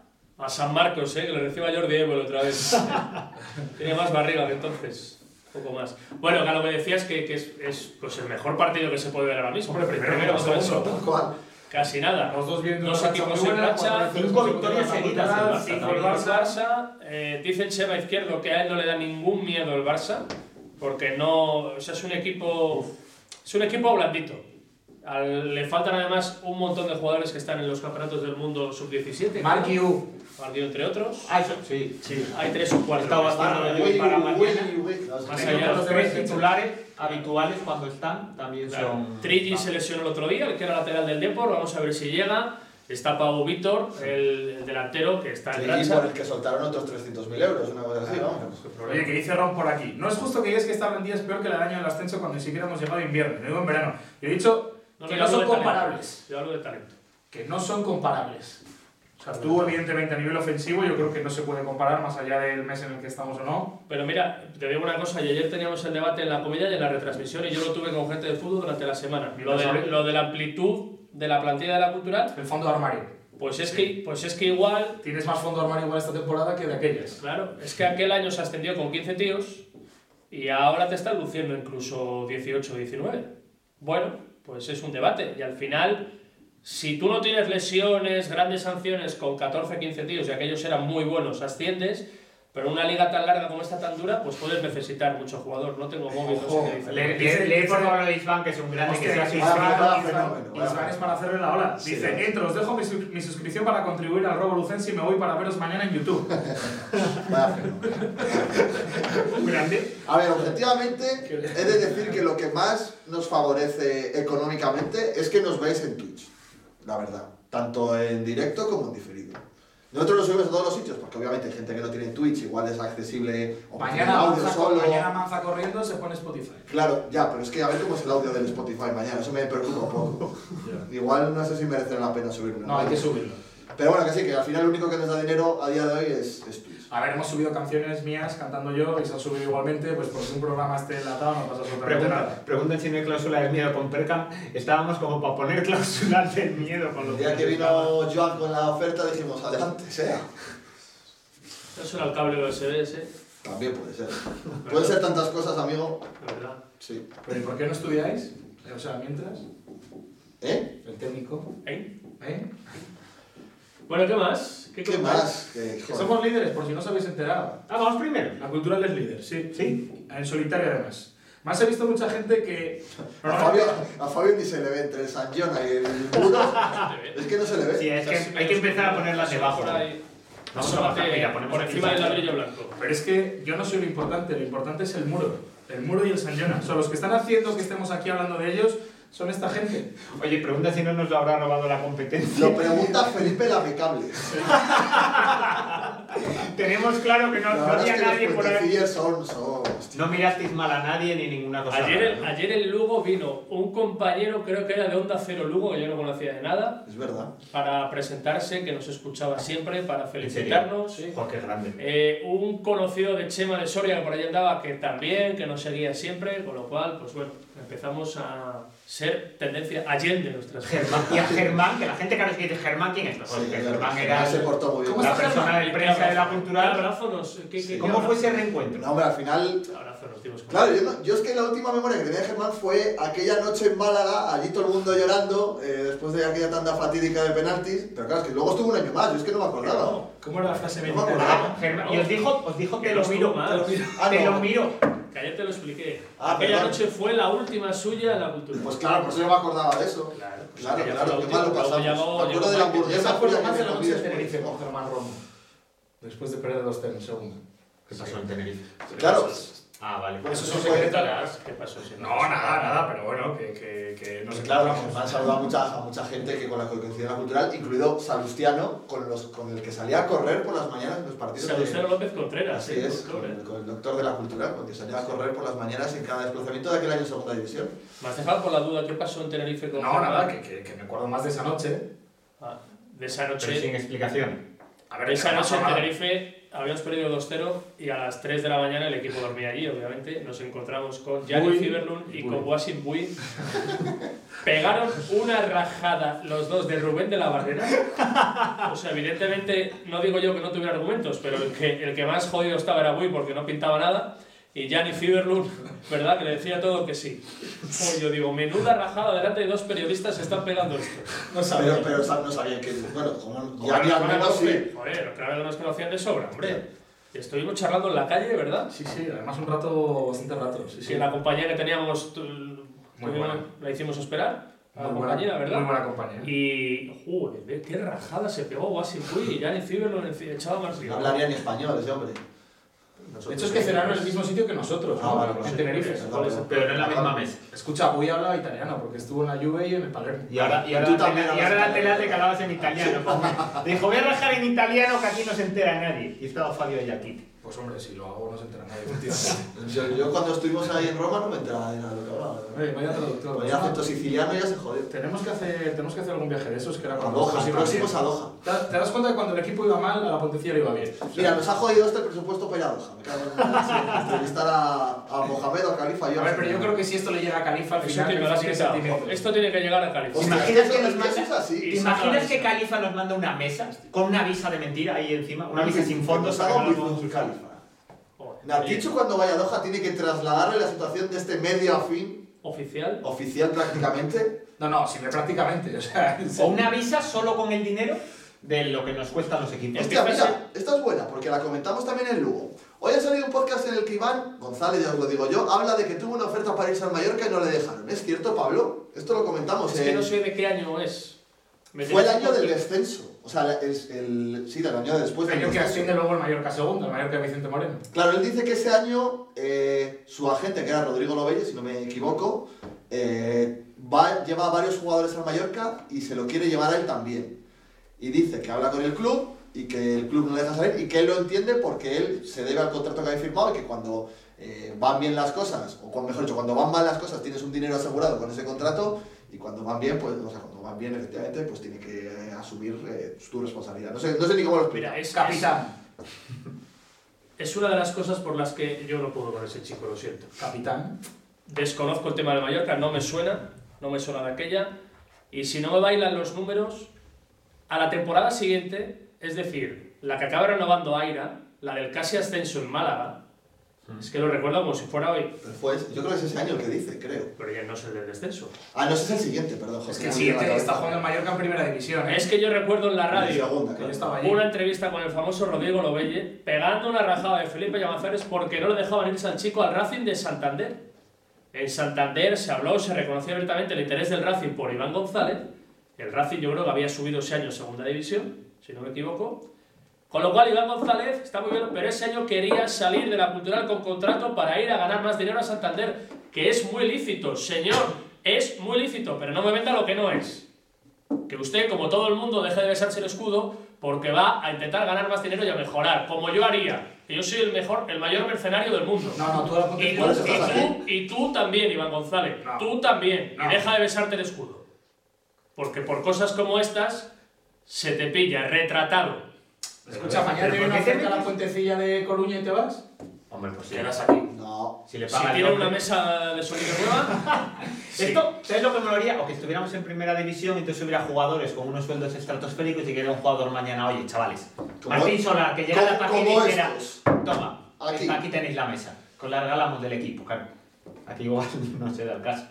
A San Marcos, ¿eh? que lo reciba Jordi Évole otra vez. Tiene más barriga que entonces. Un poco más. Bueno, que a lo que decías que, que es, es, pues el mejor partido que se puede ver ahora mismo.
Hombre, primero
Primero
como
contra el
segundo.
Sol.
¿Cuál?
Casi nada.
Los dos viendo
Dos
una racha
equipos
muy
en
buena,
racha.
cuatro
Cinco victorias seguidas.
El Barça, el
el Barça, también.
Barça, eh, dice el Cheva Izquierdo que a él no le da ningún miedo el Barça, porque no, o sea, es un equipo, es un equipo blandito. Al- le faltan además un montón de jugadores que están en los campeonatos del mundo sub-17,
Marky U.
Guardiola entre otros.
Ah, eso, sí. sí.
Hay tres o cuatro.
Está bastante
Están
bien.
Uy,
para
uy,
mañana.
uy, uy. No,
Más
sí.
allá.
Los tres titulares habituales cuando están también
Claro.
son.
Trigi se lesionó el otro día, el que era lateral del Depor, vamos a ver si llega. Está Pau Vítor, el, el delantero que está en
Y por
racha.
el que soltaron otros 300.000 euros, una cosa así, vamos.
Oye, que dice Ron por aquí. No es justo que digas que esta plantilla es peor que la del año del ascenso cuando ni siquiera hemos llegado a invierno. No digo en verano. Yo he dicho
Que
yo
no
hablo
son
de talento.
comparables.
Yo hablo de talento.
Que no son comparables.
O sea, tú, evidentemente, a nivel ofensivo, yo creo que no se puede comparar más allá del mes en el que estamos o no.
Pero mira, te digo una cosa, y ayer teníamos el debate en la comida y en la retransmisión, y yo lo tuve con gente de fútbol durante la semana. Lo de, lo de la amplitud de la plantilla de la cultural,
El fondo de armario.
pues es que, pues es que igual
Tienes más fondo de armario igual esta temporada que de aquellas.
Claro, es que aquel año se ascendió con 15 tíos y ahora te están luciendo incluso 18 o 19. Bueno, pues es un debate y al final, si tú no tienes lesiones, grandes sanciones con 14 o 15 tíos y aquellos eran muy buenos, asciendes, pero en una liga tan larga como esta tan dura, pues puedes necesitar mucho jugador. No tengo móvil, no sé qué dice.
Le- le- Leí por favor a Isfan, que es un grande que
Hostia,
sea
Isfan,
Isfan,
Isfan,
fenómeno,
Isfan
bueno.
es para hacerle la ola.
Sí,
dice,
vale.
entro, os dejo mi, su- mi suscripción para contribuir al robo lucense y me voy para veros mañana en YouTube.
Vaya fenómeno.
un grande.
A ver, objetivamente, he de decir que lo que más nos favorece económicamente es que nos veáis en Twitch, la verdad. Tanto en directo como en diferido. Nosotros lo subimos a todos los sitios, porque obviamente hay gente que no tiene Twitch, igual es accesible o
Mañana
tiene audio
Manza,
solo.
mañana Manza corriendo se pone Spotify.
Claro, ya, pero es que a ver cómo es el audio del Spotify mañana, eso me preocupa un poco. Igual no sé si merecerá la pena subirlo.
No, hay que subirlo.
Pero bueno, que sí, que al final lo único que nos da dinero a día de hoy es, es Twitch.
A ver, hemos subido canciones mías cantando yo y se han subido igualmente, pues por si un programa esté enlatado no pasa absolutamente
Pregunta,
nada.
pregunta si no hay cláusula del miedo con perca. Estábamos como para poner cláusulas del miedo con los
El día que vino Joan con la oferta dijimos, adelante, sea.
Eso era el cable USB, ese,
También puede ser. Pueden ser tantas cosas, amigo.
la verdad.
Sí.
¿Pero ¿y por qué no estudiáis? O sea, mientras,
¿Eh?
el técnico.
¿Eh?
¿eh?
Bueno, ¿qué más?
¿Qué más? Que,
Que
joder.
somos líderes, por si no os habéis enterado.
Ah, vamos primero.
La cultural es líder, sí.
Sí.
En solitario además. Más he visto mucha gente que.
A Fabio, a Fabio ni se le ve entre el San Jona y el Buda. es que no se le ve.
Sí, es Ah, que hay que empezar a ponerlas debajo. Vamos a bajar, mira, ponemos
por
aquí
encima del
San Jona.
ladrillo blanco.
Pero es que yo no soy lo importante, lo importante es el muro. El muro y el San Jona. O sea, los que están haciendo que estemos aquí hablando de ellos son esta gente.
Oye, pregunta si no nos lo habrá robado la competencia.
Lo pregunta Felipe el Amicable.
Tenemos claro que no,
La
no
verdad
había
es que
nadie
los
por ahí.
puentecillas son. son hostia.
No mirasteis mal a nadie ni ninguna cosa.
Ayer
rara,
el,
¿no?
ayer el Lugo vino un compañero, creo que era de Onda Cero Lugo, que yo no conocía de nada,
Es verdad.
para presentarse, que nos escuchaba siempre, para
¿En serio?
felicitarnos.
Jo, qué grande.
Eh, un conocido de Chema de Soria que por ahí andaba, que también, que nos seguía siempre, con lo cual, pues bueno, empezamos a ser tendencia allende nuestras
Germán, y a Germán, que la gente que ahora dice Germán, ¿quién es? Pues,
Sí,
que Germán
Germán
era
se
el-
portó muy bien.
la
¿Cómo está
persona de prensa de la cultural.
Abrazo nos. ¿qué- qué-
Sí.
qué
¿Cómo fue
abrazo?
ese reencuentro?
No, hombre, al final.
Abrazo nos dimos con-
Claro, yo, no- yo es que la última memoria que tenía de Germán fue aquella noche en Málaga, allí todo el mundo llorando, eh, después de aquella tanda fatídica de penaltis. Pero claro, es que luego estuvo un año más, yo es que no me acordaba.
¿Cómo era la frase
No me
militar?
acordaba.
Germán, y os dijo, os dijo, te lo
estuvo
miro,
mal.
te lo miro.
Ah,
Te
no.
lo miro.
Que ayer te lo expliqué.
Ah,
Aquella
perdón.
noche fue la última suya en la cultural.
Pues claro, por eso yo me acordaba de eso.
Claro, pues
claro,
ya
claro, qué
fue la
mal lo
última, luego
pasamos.
llegó-
Me acuerdo
llegó
de la
Mike,
hamburguesa.
Yo me acuerdo más de la
que
noche de
me
Tenerife con
olvidé. pues,
Germán Romo. Después de perder 2-0 en segunda.
¿Qué pasó en Tenerife?
Claro,
Ah, vale.
Pues eso
Eso
se puede.
¿Qué pasó? Si no?
No, nada, nada, pero bueno, que, que, que no sé
pues Claro, han saludado a mucha, a mucha gente que con la que coincidía la cultural, incluido Salustiano, con, los, con el que salía a correr por las mañanas en los partidos. de-
Salustiano López Contreras.
Así
sí,
es,
doctor,
con
¿eh?
el, con el doctor de la cultural, con que salía a correr por las mañanas en cada desplazamiento de aquel año en segunda división.
Me has dejado con la duda, ¿qué pasó en Tenerife con
No,
Germán?
nada, que, que, que me acuerdo más de esa noche.
Ah, de esa
Pero sin
noche,
explicación.
A
esa
que no
noche en
pasaba nada.
Tenerife habíamos perdido 2-0 y a las 3 de la mañana el equipo dormía allí, obviamente. Nos encontramos con Gianni
Bui.
Fiberlun y con
Bui.
Wasim Bui. Pegaron una rajada los dos de Rubén de la Barrera. O sea, evidentemente, no digo yo que no tuviera argumentos, pero el que, el que más jodido estaba era Bui porque no pintaba nada. Y Gianni Fiberlun, ¿verdad? Que le decía todo que sí. Uy, yo digo, menuda rajada delante de dos periodistas se están pegando esto. No
Pero, pero sa- no sabían que. Bueno, como. Ya
Joder,
ni al
claro,
menos
hombre,
sí.
Joder, claro que nos conocían de sobra, hombre. Estuvimos charlando en la calle, ¿verdad?
Sí, sí, además un rato, bastante rato. Sí, sí.
Sí, la compañía que teníamos, tu- tuvimos-
buena.
la hicimos esperar.
Ah,
A la
Muy buena-
compañera, ¿verdad?
Muy buena compañía.
Y, joder, ve qué rajada se pegó Wasim Puy y ya ni Fiber lo echaba más
No
río.
hablaría ni español ese hombre.
De hecho, es que cenaron en el mismo sitio que nosotros,
Ah,
¿no?
vale, vale.
en Tenerife.
Perdón,
¿cuál es el
perdón.
Pero no en la misma mesa.
Escucha, voy a hablar italiano porque estuvo en la Juve y en el Palermo.
Y ahora, y ahora,
Tú
la
también
tela- y
hablas
ahora la
italiano.
tela te calabas en italiano. porque Dijo, voy a rajar en italiano que aquí no se entera nadie. Y estaba Fabio Yaquiti.
Pues hombre, si lo hago no se entera nadie. efectivamente.
Yo, yo cuando estuvimos ahí en Roma no me enteraba de nada de lo que hablaba.
Hombre, vaya traductor.
Ponía acento siciliano y ya se jodió.
Tenemos que hacer, tenemos que hacer algún viaje de esos que era
A
cuando
Loja, el
iba
próximo es
bien.
a Loja.
¿Te, te das cuenta que cuando el equipo iba mal, a la Pontecilla le iba bien. O sea,
Mira, nos ha jodido este presupuesto para ir a Doha. Me cago en la leche. Entrevistar a, a Mohamed o a Khalifa.
a ver, pero yo creo que si esto le llega a Califa al
Eso
final,
que me lo
Khalifa
has
tiene
quitado.
sentimientos.
Esto tiene que llegar a Cali.
Hostia,
Imaginas
es
que
los
nos
meses
manda-
así.
¿Te imaginas que Califa nos manda una mesa con una visa de mentira ahí encima? Una visa sin fondos.
Hago
para que no
un
nos-
Khalifa. Narticho cuando vaya a Doha tiene que trasladarle la situación de este medio a fin,
Oficial.
oficial prácticamente.
No, no, si me prácticamente. O sea,
O una visa solo con el dinero de lo que nos cuestan los
Este
equipos.
Hostia,
Empieza
mira, esta es buena porque la comentamos también en Lugo. Hoy ha salido un podcast en el que Iván González, ya os lo digo yo, habla de que tuvo una oferta para irse al Mallorca y no le dejaron. ¿Es cierto, Pablo? Esto lo comentamos.
Es
eh,
que no sé de qué año es. Me
Fue el
tienes
año
que-
del descenso. O sea, la- es el, sí, del año después del
Pero que
descenso.
asciende luego el Mallorca segundo, el Mallorca de Vicente Moreno.
Claro, él dice que ese año eh, su agente, que era Rodrigo Lobelle, si no me equivoco, eh, va, lleva a varios jugadores al Mallorca y se lo quiere llevar a él también. Y dice que habla con el club y que el club no le deja salir y que él lo entiende porque él se debe al contrato que había firmado y que cuando eh, van bien las cosas, o cuando, mejor dicho, cuando van mal las cosas tienes un dinero asegurado con ese contrato y cuando van bien, pues, o sea, cuando van bien efectivamente, pues tiene que eh, asumir eh, tu responsabilidad. No sé, no sé ni cómo lo explica.
Mira, es, es,
Capitán.
es una de las cosas por las que yo no puedo con ese chico, lo siento.
Capitán.
Desconozco el tema de Mallorca, no me suena, no me suena de aquella. Y si no me bailan los números, a la temporada siguiente, es decir, la que acaba renovando Aira, la del casi ascenso en Málaga, es que lo recuerdo como si fuera hoy,
Pero fue ese- yo creo que es ese año el que dice, creo.
pero ya no es el del descenso.
Ah, no, ese es el siguiente, perdón. José.
Es que el
Me
siguiente
olvidé la
está jugando
cabeza.
el Mallorca en primera división. ¿eh?
Es que yo recuerdo en la
En
radio
segunda,
Que yo
claro.
estaba allí.
una entrevista con el famoso Rodrigo Lobelle pegando una rajada de Felipe Llamazares porque no le dejaban irse al chico al Racing de Santander. En Santander se habló, se reconoció abiertamente el interés del Racing por Iván González. El Racing yo creo que había subido ese año a segunda división, si no me equivoco. Con lo cual Iván González está muy bien, pero ese año quería salir de la cultural con contrato para ir a ganar más dinero a Santander, que es muy lícito, señor, es muy lícito, pero no me venda lo que no es. Que usted, como todo el mundo, deje de besarse el escudo porque va a intentar ganar más dinero y a mejorar, como yo haría. Que yo soy el mejor, el mayor mercenario del mundo.
No, no, tú ahora ponte
Y tú,
por eso
y
estás aquí.
tú- y tú también, Iván González.
No.
Tú también.
No.
Y deja de besarte el escudo. Porque por cosas como estas se te pilla retratado.
Escucha, mañana
pero ¿por
te viene
qué
una
te
oferta a la
metes?
puentecilla de Coruña y te vas.
Hombre, pues si
Quedas
le-
aquí.
No.
Si le
Si
pagan el
tiene
hombre-
una mesa de sonido nueva, sí.
Esto, ¿sabes lo que me molaría? O que estuviéramos en primera división y entonces hubiera jugadores con unos sueldos estratosféricos y que era un jugador mañana, oye, chavales, Martín Solar, que llegara
como-
hasta aquí y
como
dijera,
estos.
toma,
Aquí.
aquí. tenéis la mesa, que os la regalamos del equipo, claro. Aquí igual no se da el caso.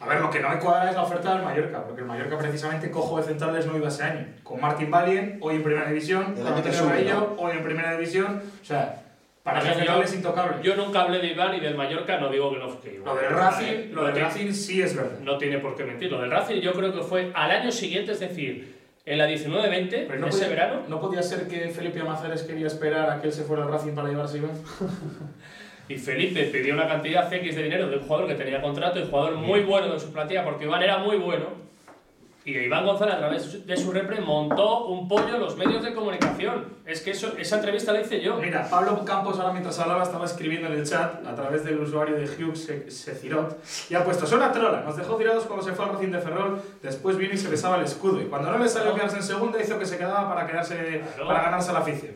A ver, lo que no me cuadra es la oferta del Mallorca, porque el Mallorca precisamente cojo de centrales no iba ese año. Con Martín Valien, hoy en primera división,
El
con
año que
Antonio
sube,
Raillo, hoy en primera división. O sea, para mí el
Yo-
central es intocable.
Yo nunca hablé de Iván y del Mallorca, no digo que no. que
lo
igual-
del
eh,
Racing,
no
lo del
tiene-
Racing sí es verdad.
No tiene por qué mentir. Lo del Racing yo creo que fue al año siguiente, es decir, en la 19-20,
Pues
Pero no
ese
podía-
verano.
¿No podía ser que Felipe Amazares quería esperar a que él se fuera al Racing para llevarse a Iván?
Y Felipe pidió una cantidad X de dinero de un jugador que tenía contrato y jugador muy bueno de su plantilla, porque Iván era muy bueno. Y Iván González, a través de su repre, montó un pollo en los medios de comunicación. Es que eso, esa entrevista la hice yo.
Mira, Pablo Campos ahora mientras hablaba estaba escribiendo en el chat a través del usuario de Hughes Se- Secirot y ha puesto, son una trola, nos dejó tirados cuando se fue al Racing de Ferrol, después vino y se besaba el escudo y cuando no le salió quedarse en segunda hizo que se quedaba para, quedarse,
Claro.
para ganarse la afición.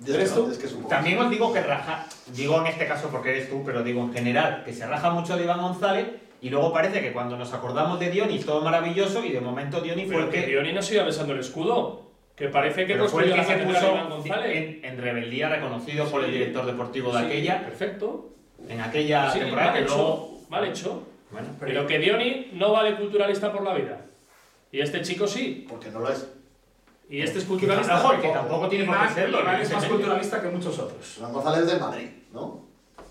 Ya
¿Eres
está,
tú?
es que es un poco-
También os digo que raja, digo en este caso porque eres tú, pero digo en general, que se raja mucho de Iván González y luego parece que cuando nos acordamos de Dionis todo maravilloso y de momento Dionis fue
Pero
el
que
que,
Dioni no se iba besando el escudo. Que parece que
pero fue el
construyó
que
la
se
cátedra de Iván
puso
González.
en, en rebeldía reconocido por el
Sí.
director deportivo de
Sí,
aquella, Ah,
Perfecto.
en aquella
Sí,
temporada
mal
que
hecho.
luego...
Mal hecho.
Bueno,
Pero que Dioni no vale culturalista por la vida. Y este chico sí.
Porque no lo es.
Y este es
que tam-
culturalista.
ojo, que tampoco tiene por qué
Iván, Iván
serlo.
es más
evidentemente.
culturalista que muchos otros.
Iván González es de Madrid, ¿no?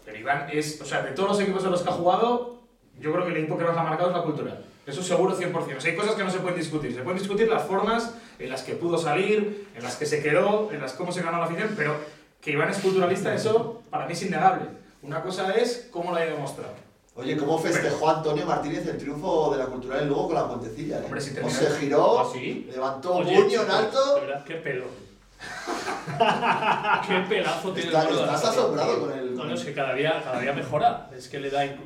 Pero Iván es, o sea, de todos los equipos en los que ha jugado, yo creo que el equipo que más ha marcado es la cultural. Eso seguro 100%. O sea, hay cosas que no se pueden discutir. Se pueden discutir las formas en las que pudo salir, en las que se quedó, en las cómo se ganó la afición, pero que Iván es culturalista, eso para mí es innegable. Una cosa es cómo lo haya demostrado.
Oye, ¿cómo festejó Antonio Martínez el triunfo de la cultural en Lugo con la puentecilla? eh?
Hombre, si
o
terminó-
se giró,
¿Ah, sí?
levantó
Oye,
puño en
chico, de
alto.
verdad, qué pelo. qué pelazo tiene
Está-
el gordo de la
estás
Madrid,
asombrado
tío.
con el-
No, no, es que cada día, cada día mejora. Es que le da. inc-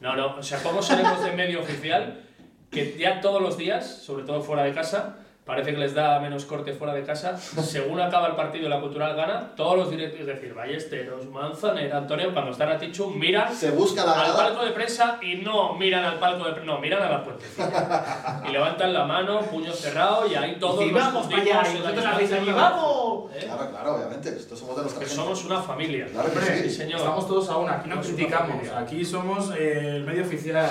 No, no, o sea, ¿cómo seremos de medio oficial que ya todos los días, sobre todo fuera de casa, parece que les da menos corte fuera de casa, según acaba el partido y la cultural gana, todos los directos, es decir, Ballesteros, Manzanera, Antonio, cuando están a Tichu, miran
Se busca la
al
grada.
palco de prensa y no miran al palco de prensa, no, miran a la puertecilla. y levantan la mano, puño cerrado, y ahí todos
Y
los
vamos para
juntitos
allá, y
en la
nosotros la risa, y
distancia.
vamos.
¿Eh?
Claro, claro, obviamente. Nosotros somos de nuestra
Que
gente.
somos una familia.
Claro que
Sí,
sí.
señor.
Estamos todos a una, aquí no
Somos una
criticamos,
familia.
aquí somos eh, el medio oficial,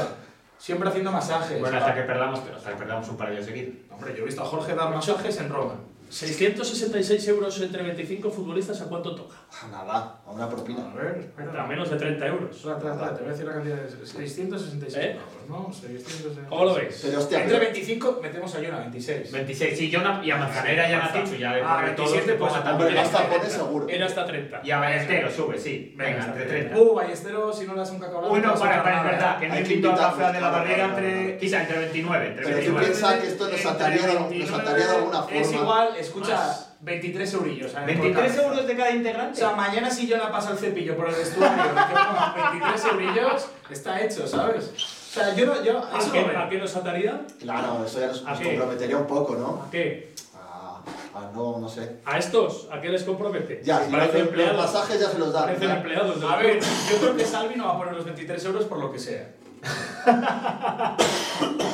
siempre haciendo masajes.
Bueno, hasta que perdamos, pero hasta que perdamos un par de seguidos.
Hombre, yo he visto a Jorge dar masajes en Roma.
666 euros entre 25 futbolistas, ¿a cuánto toca?
Ah, Nada, a una propina.
A ver, espera.
A menos de 30 euros.
Espera, espera, espera, te voy a decir la cantidad de 666
¿Eh?
pavos, ¿no? 666.
¿Cómo lo veis?
Pero hostia,
Entre
pero-
25 metemos a Yona, 26.
26, sí, yo una- y a Manzanera ya me ha dicho, ya de
Ah,
poner todos
27, pues,
pongan
hombre,
también.
hasta pone seguro.
Era hasta 30.
Y a Ballestero sube, sí. Venga, entre 30.
Uh, Ballestero, si no le das un cacao blanco, te
Uno
vas a
para, para
cargar,
es verdad,
¿eh?
que no
Hay que
invito a
invitarlos,
Cafra de la
claro,
Barrera
claro, claro.
entre. Quizá entre 29. Entre
Pero tú
29.
piensas que esto nos ataría de- nos ataría de alguna forma.
Es igual, escucha,
Más.
23 eurillos. ¿sabes?
23
Por
euros de cada
O
integrante.
sea, mañana si yo la pasa el cepillo por el vestuario, que ponga 23 eurillos, está hecho, ¿sabes? O sea, yo no, yo,
Ah,
¿A
eso
qué,
no me-
a qué nos ataría?
Claro, eso ya nos, nos
¿A qué?
comprometería un poco, ¿no?
¿A qué?
A, a Ah, no, no sé.
¿A estos? ¿A qué les compromete?
Ya, si no, los,
Parecen
los
empleados.
masajes ya se los dan.
Parecen
ya.
empleados. de
A
la
ver,
club.
yo creo que Salvi no va a poner los 23 euros por lo que sea.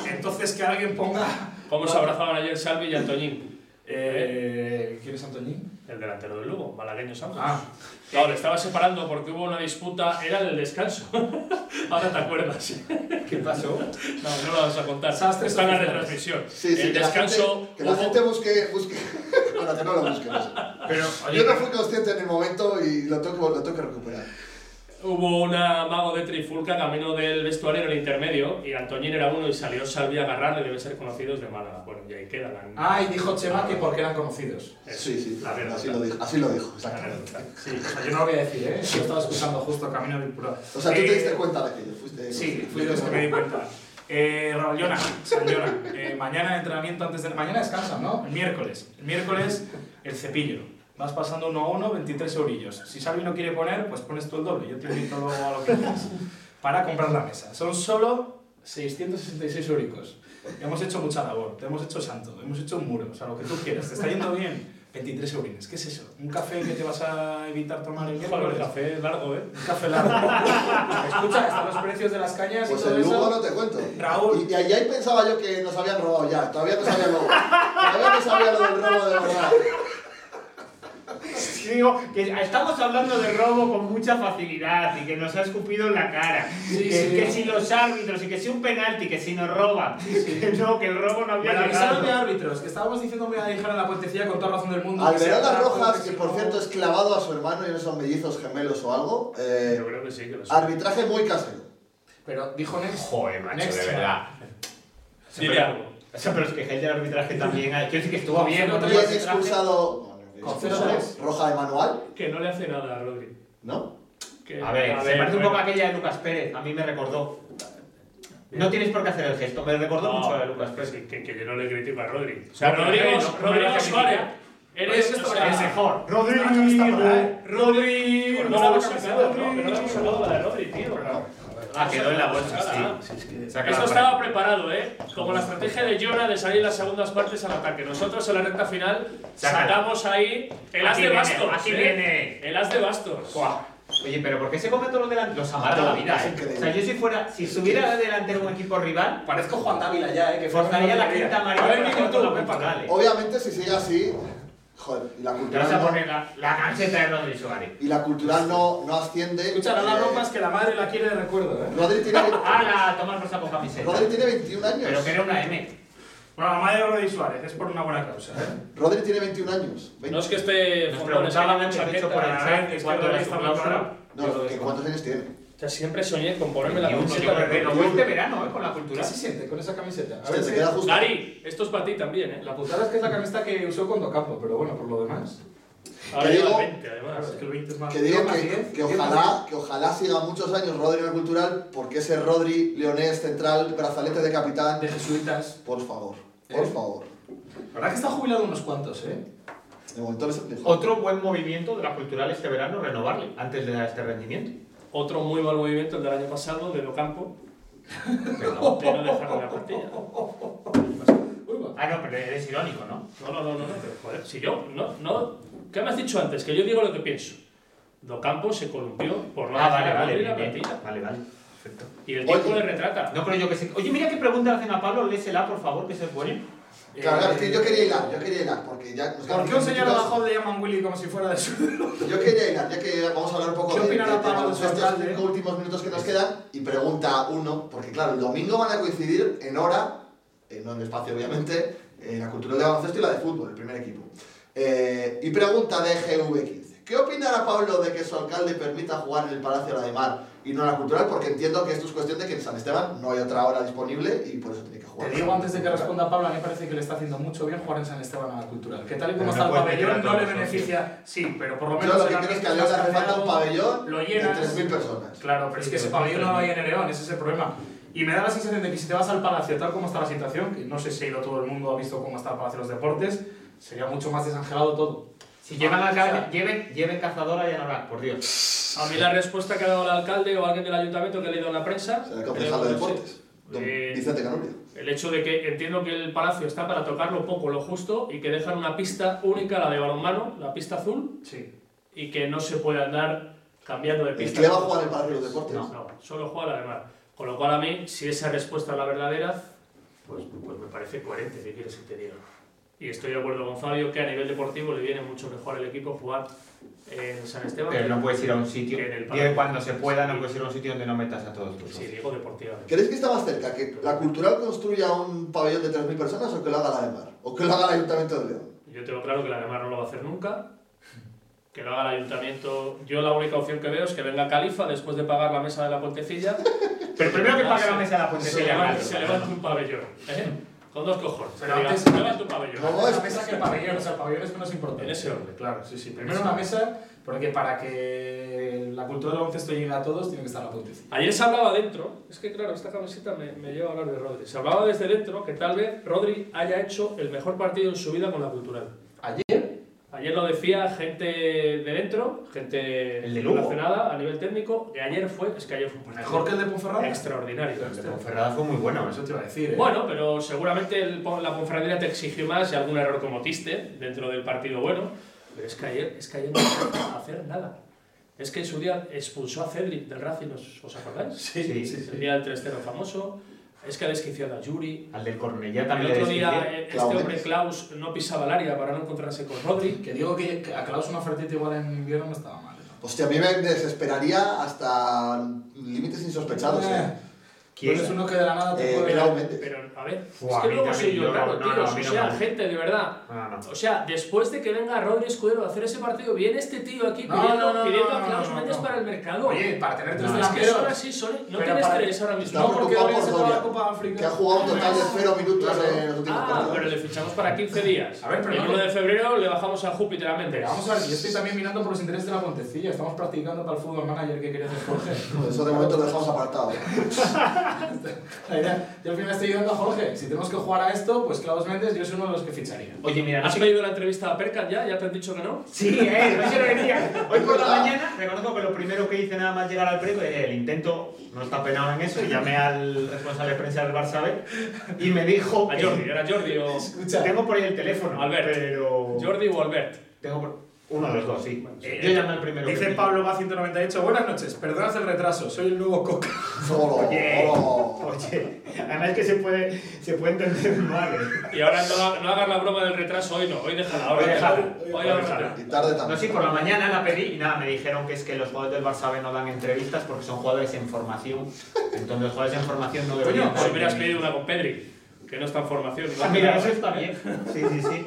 Entonces que alguien ponga...
¿Cómo se abrazaban ayer Salvi y Antoñín?
Eh, ¿Quién es Antoñín?
El delantero del Lugo, malagueño Santos.
Ah.
No, le estaba separando porque hubo una disputa, era del descanso. Ahora te acuerdas.
¿Qué pasó?
No, no lo vas a contar.
Sastres
Está en la
oficiales.
retransmisión.
Sí, sí,
el
que la
descanso.
gente- Que la
hubo-
gente busque. busque... bueno, que no lo busque. no sé.
Pero, oye,
Yo no fui consciente en el momento y lo tengo que, lo tengo que recuperar.
Hubo un amago de trifulca camino del vestuario en el intermedio y Antoñín era uno y salió Salvi a agarrarle, deben ser conocidos de Málaga. Bueno, y ahí queda la...
Ah, y dijo Chema que porque eran conocidos.
Sí, sí,
La verdad.
así lo dijo, así lo dijo, exactamente.
Sí, o sea, yo no lo voy a decir, ¿eh? Yo estaba escuchando justo Camino del Purón.
O sea, tú
Eh,
te diste cuenta de aquello, fuiste...
Sí, fui de los que me di cuenta. Eh, Raúl Llona, San Llona, eh, mañana entrenamiento antes de... Mañana descansan, ¿no? El miércoles. El miércoles, el cepillo. Vas pasando uno a uno, 23 eurillos. Si Salvi no quiere poner, pues pones tú el doble. Yo te invito luego a lo que quieras. Para comprar la mesa. Son solo 666 euricos. Hemos hecho mucha labor, te hemos hecho santo, hemos hecho un muro, o sea, lo que tú quieras. ¿Te está yendo bien? 23 eurines. ¿Qué es eso? ¿Un café que te vas a evitar tomar el
Joder,
miércoles?
el café es largo, ¿eh?
Un café largo. Escucha, están los precios de las cañas y
Pues
todo
el
eso.
Lugo no te cuento.
Raúl.
Y, y ahí pensaba yo que nos habían robado ya, todavía no sabía lo, todavía no sabía lo del robo de verdad.
Yo digo que estamos hablando de robo con mucha facilidad y que nos ha escupido en la cara.
Sí,
que,
sí.
que si los árbitros y que si un penalti, que si nos roban. Que no, que el robo no había
Bueno, avisaron de
llegado.
árbitros, que estábamos diciendo que iban a dejar en la puentecilla con toda razón del mundo.
Al
que
ver a
sea
las
blanco,
rojas,
si
que
no-
por cierto es clavado a su hermano y no son mellizos gemelos o algo, eh,
Yo creo que sí, que lo sé.
arbitraje muy casero.
Pero dijo Next.
Joder, macho,
Next,
de verdad.
Dile algo.
O sea, pero es que el de arbitraje también. Quiero decir que estuvo bien.
Con
otra
Y
cero
vez
es
arbitraje.
expulsado... bueno,
Con
expulsado,
cero tres.
Roja de manual,
Que no le hace nada a Rodri.
¿no?
Que-
A ver, se parece un
bueno.
poco a aquella de Lucas Pérez. A mí me recordó. No tienes por qué hacer el gesto. Me recordó mucho a la de Lucas
que,
Pérez.
sí, que, que yo no le critico a Rodri. O sea,
No, pero
Rodrigo,
no, no me
Rodrigo
lo
Suárez.
criticar.
Eres o sea,
Es mejor.
Rodri. No
No
lo
lo
hemos
hemos
sacado,
sacado,
no, que no hemos hablado de la Rodri, tío.
Ah, quedó en la bolsa, sí. Saca
Esto
la
estaba preparado, ¿eh? Como la estrategia de Jonah de salir las segundas partes al ataque. Nosotros en la recta final
Sácala.
sacamos ahí el as
Aquí
de
viene,
bastos.
aquí
¿eh?
viene.
El as de bastos.
Buah. Oye, pero ¿por qué se comen todos los delanteros? Los amarga la vida, ¿eh? O sea, yo si fuera, si estuviera delantero un equipo rival,
Parezco Juan Dávila ya, eh, que
forzaría la
quinta
quinta amarilla.
A ver,
para
Miguel,
jugar
tú,
con la
ven para acá.
Portugal, ¿eh?
Obviamente, si sigue así, joder, y la
Te vas
cultural
a
no,
poner la, la camiseta de Rodri Suárez.
y la cultural no, no asciende.
Escucha, no la
eh,
rompas que la madre la quiere de recuerdo, eh.
Rodri tiene,
¡Hala! Tomás Rosa con camiseta.
Rodri tiene 21
Pero
años.
que era una M.
Bueno, la madre de Rodri Suárez es por una buena causa. ¿eh?
Rodri tiene 21 años.
No
20.
es que esté
Nos
fondón, es que
preguntaban
lleva
antes, de hecho,
chaqueta.
por el
la
chat,
verdad es que
cuándo era
Rodri
su
está muy
cláusula.
claro.
No, que ¿cuántos años tiene?
O sea, siempre soñé con ponerme la
Y uno,
camiseta
yo
de
creo que
Rodri.
no, este verano, ¿eh? Con la
¿Qué
cultura.
se siente con esa camiseta? A
Hostia,
ver,
se
si-
queda justo.
Dari, esto es para ti también, ¿eh?
La putada es que es la camiseta que usó cuando campo, pero bueno, por lo demás.
Ahora
Te
lleva
digo-
20, además.
Es que el 20 es más.
Que digo
Más
que,
10,
que
10,
ojalá, que ojalá siga muchos años Rodri en el cultural, porque ese Rodri leonés central, brazalete de capitán,
De jesuitas.
por favor, por
¿Eh?
favor.
La verdad que está jubilado unos cuantos, eh.
De momento les dejo.
Otro buen movimiento de la cultural este verano, renovarle antes de dar este rendimiento.
Otro muy mal movimiento, el del año pasado, de Locampo. Pero de no dejarle la plantilla.
Ah, no, pero eres irónico, ¿no?
No, no, no, no, no, pero joder, si yo, no, no, ¿qué me has dicho antes? Que yo digo lo que pienso. Docampo se columpió por no
Ah,
dejar
vale,
a
vale.
Rodri la
bien, bien.
plantilla.
Vale, vale. Perfecto.
Y el tiempo
Oye.
le retrata.
No creo yo que sí. Oye, mira qué pregunta hacen a Pablo, lésela, por favor, que se es buena.
Claro, claro, es que yo
Eh,
quería hilar, yo quería hilar, porque ya... nos quedan
¿Por qué un señor de
minutitos.
abajo le llaman Willy como si fuera de su...
Yo quería hilar, ya que vamos a hablar un poco
¿Qué
de,
opinará
de- de
Pablo
los
de eh? su
estos
alcalde?
cinco últimos minutos que nos quedan, y pregunta uno, porque claro, el domingo van a coincidir en hora, eh, no en espacio obviamente, eh, la cultura de baloncesto y la de fútbol, el primer equipo. Eh, y pregunta de GV15, ¿qué opinará Pablo de que su alcalde permita jugar en el Palacio de la de Mar y no en la cultural? Porque entiendo que esto es cuestión de que en San Esteban no hay otra hora disponible y por eso tiene que
Te
jugar.
digo antes de que responda Pablo, a mí me parece que le está haciendo mucho bien jugar en San Esteban a la cultural. Que tal y
Pero
como está el
no puedes meter
pabellón,
a
no
todos
le
los
beneficia. Sí, pero por lo
Yo
menos.
lo
el
que quiero es
ambiente
que a León
más
le hace falta un
caldeado,
pabellón
Lo
de
llenas.
3.000 personas.
Claro, pero es que
Sí,
ese
pero-
pabellón no lo hay en León, ese es el problema. Y me da la sensación de que si te vas al Palacio, tal como está la situación, que no sé si ha ido todo el mundo, ha visto cómo está el Palacio de los Deportes, sería mucho más desangelado todo.
Si
Ah,
llevan al
O
alcalde,
sea,
lleven, lleven cazadora y anorak, por Dios.
A mí la respuesta que ha dado el alcalde o alguien del ayuntamiento que he leído en la prensa.
Será el concejal de
creo que
deportes, don
Eh,
Vicente Canuria.
El hecho de que entiendo que el palacio está para tocar lo poco, lo justo, y que dejan una pista única, la de balonmano, la pista azul,
Sí.
y que no se puede andar cambiando de
¿El
pista.
que va a jugar en el Palacio de los Deportes?
No, solo juega la de mar. Con lo cual a mí, si esa respuesta es la verdadera, pues, pues me parece coherente, ¿qué quieres que te diga? Y estoy de acuerdo con Fabio que a nivel deportivo le viene mucho mejor al equipo jugar en San Esteban.
Pero Eh, no puedes ir a un sitio.
Que en el
Y
palacio.
cuando se pueda, no puedes ir a un sitio donde no metas a todos tus
Sí,
socios.
digo deportivamente.
¿Creéis que está más cerca? ¿Que la cultural construya un pabellón de 3.000 personas o que lo haga la de mar? ¿O que lo haga el Ayuntamiento de León?
Yo tengo claro que la de mar no lo va a hacer nunca. que lo haga el ayuntamiento. Yo la única opción que veo es que venga Califa después de pagar la mesa de la puentecilla.
Pero primero que pague la mesa de la
se
puentecilla.
levante,
claro.
se levante un pabellón. ¿eh? Con dos cojones.
Pero
Que diga,
antes-
se levante un pabellón.
¿Cómo es?
La mesa que el pabellón, o sea, el pabellón es menos importante.
En ese orden.
Claro, sí, sí. Primero una mesa, porque para que la cultura del baloncesto llegue a todos, tiene que estar la puentecilla.
Ayer se hablaba dentro, es que claro, esta camiseta me, me lleva a hablar de Rodri. Se hablaba desde dentro que tal vez Rodri haya hecho el mejor partido en su vida con la cultural.
Ayer,
Ayer lo decía gente de dentro, gente
El de Lugo.
relacionada a nivel técnico, y ayer fue, es que ayer fue un partido
mejor que el de Ponferrada.
extraordinario. Este.
Ferrada fue muy bueno, eso
Eso te iba a decir. ¿eh?
Bueno, pero seguramente el- la Ponferradina te exigió más y algún error cometiste dentro del partido bueno. Pero es que ayer, es que ayer no supo hacer nada. Es que en su día expulsó a Cedric del Racing, ¿os, os acordáis?
Sí, sí, sí,
El día del 3-0 famoso. Es que ha desquiciado a Yuri.
Al del Cornellá
El
también le
otro día
desquicié.
eh, este
Claudes.
hombre Klaus no pisaba el área para no encontrarse con Rodri.
Que digo que, que a Klaus una ofertita igual en invierno no estaba mal. ¿eh? ¿no?
Hostia, Pues a mí me desesperaría hasta límites insospechados, eh.
Pero es uno que de la nada te
Eh,
puede...
Bilal Méndez.
Pero a ver,
Fua,
es que
a mí
luego
también,
soy yo
yo no,
raro,
no,
tíos.
no, a mí
o
no
sea,
me-
gente, de verdad.
No, no.
O sea, después de que venga Rodri Escudero a hacer ese partido, viene este tío aquí
No,
pidiendo,
no, no,
pidiendo
no,
a Klaus
no, no,
Méndez
no.
para el mercado.
Oye, para tener tres
No, es que
delanteros.
son así, son, ¿eh? no
Pero
tienes
para-
tres ahora
Está
mismo.
porque
preocupado
Gabriel se
por
acaba la
Zoria,
Copa África.
Que ha jugado un total de 0 minutos en los últimos
Ah,
partidos.
pero le fichamos para 15 días.
A ver, pero
el
no-
1 de febrero le bajamos a Júpiter a Méndez.
Pero vamos a ver, yo estoy también mirando por los intereses de la puentecilla. Estamos practicando para el fútbol manager que quería hacer Jorge.
Por Eso de momento lo dejamos apartado.
La idea- Yo al final estoy ayudando a Jorge. Si tenemos que jugar a esto, pues Klaus Méndez, yo soy uno de los que ficharía.
Oye, mira, no
¿Has
sé-
pedido la entrevista a Percat ya? ¿Ya te han dicho que no?
Sí, eh, no se lo decía. Hoy por la mañana reconozco que lo primero que hice nada más llegar al preco, eh, el intento no está penado en eso, y llamé al responsable de prensa del Barça B y me dijo
A
que-
Jordi, era Jordi o
Escucha,
Tengo por ahí el teléfono,
Albert.
pero...
Jordi o Albert.
Tengo por... Uno de los dos, sí. Eh, yo llamé al primero. que
Dice
vi.
Pablo va 198. Buenas noches, perdonad el retraso, soy el nuevo Coca.
Solo,
Oye,
solo.
oye, además que se puede, se puede entender mal. eh.
Y ahora no, ha- no hagas la broma del retraso hoy, no. Hoy déjala, ahora
Hoy déjala,
Hoy
hoy
déjala.
déjala.
Y tarde
No, sí,
también.
por la mañana la pedí y nada, me dijeron que es que los jugadores del Barça B no dan entrevistas porque son jugadores en formación. Entonces los jugadores en formación no deberían...
Pues hubieras pedido una con Pedri, que no está en formación.
Ah, mira, eso está bien. Sí, sí, sí.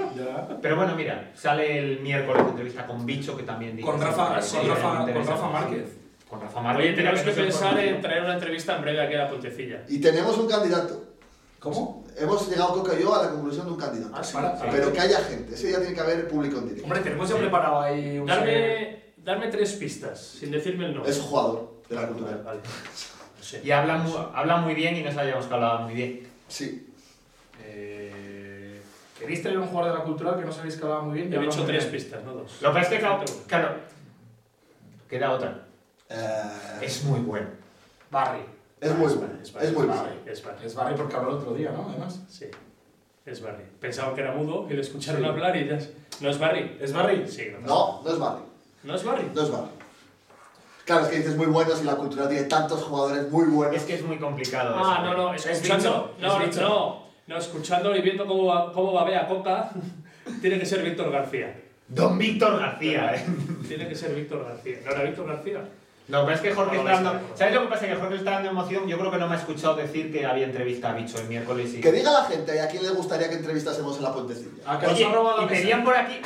Pero bueno, mira, sale el miércoles entrevista con Bicho, que también dice...
Con Rafa-
Sí,
con Rafa-
interesante.
con Rafa Márquez.
Con Rafa Márquez.
Oye, tenemos que
no se
pensar
informa.
en traer una entrevista en breve aquí a la Pontecilla.
Y tenemos un candidato.
¿Cómo?
Hemos llegado, Coca y yo, a la conclusión de un candidato.
Ah,
Para- para-
Pero que haya gente. Ese día tiene que haber público en directo.
Hombre, tenemos ya preparado ahí un...
Darme, darme tres pistas, sin decirme el nombre.
Es jugador de la cultura.
Vale.
Y habla muy, habla muy bien y no sabíamos que hablaba muy bien.
Sí.
Eh, ¿Queréis traer un jugador de la cultural que no sabéis que hablaba muy bien?
He
Ya
dicho
hablamos de
tres
él.
pistas, no dos.
Lo que pasa es que, claro, claro, queda otra.
Eh,
Es muy bueno.
Barry.
es muy bueno. Es muy bueno.
Es Barry.
Es Barry porque habló el otro día, ¿no? Además.
Sí. Es Barry. Pensaba que era mudo y le escucharon hablar y ya. es- ¿No es Barry?
¿Es Barry?
Sí, no.
No, no es Barry.
¿No es Barry?
No es Barry. Claro, es que dices muy bueno si la cultura tiene tantos jugadores muy buenos.
Es que es muy complicado.
Ah,
eso.
no,
¿eh?
no.
Es
Escuchando.
Bicho,
No,
es
no,
Bicho.
no. No, escuchando y viendo cómo, va- cómo babea Coca, tiene que ser Víctor García.
Don Víctor García. eh.
Tiene que ser Víctor García. ¿No era Víctor García?
Lo que pasa es que Jorge
No, no,
está
no,
dando.
no, no.
¿Sabes lo que pasa? Que Jorge está dando emoción. Yo creo que no me ha escuchado decir que había entrevista a Bicho el miércoles. Y...
Que diga la gente a quién le gustaría que entrevistásemos en la puentecilla.
Ah, que nos
Oye,
ha robado
y
la mesa.
pedían por aquí.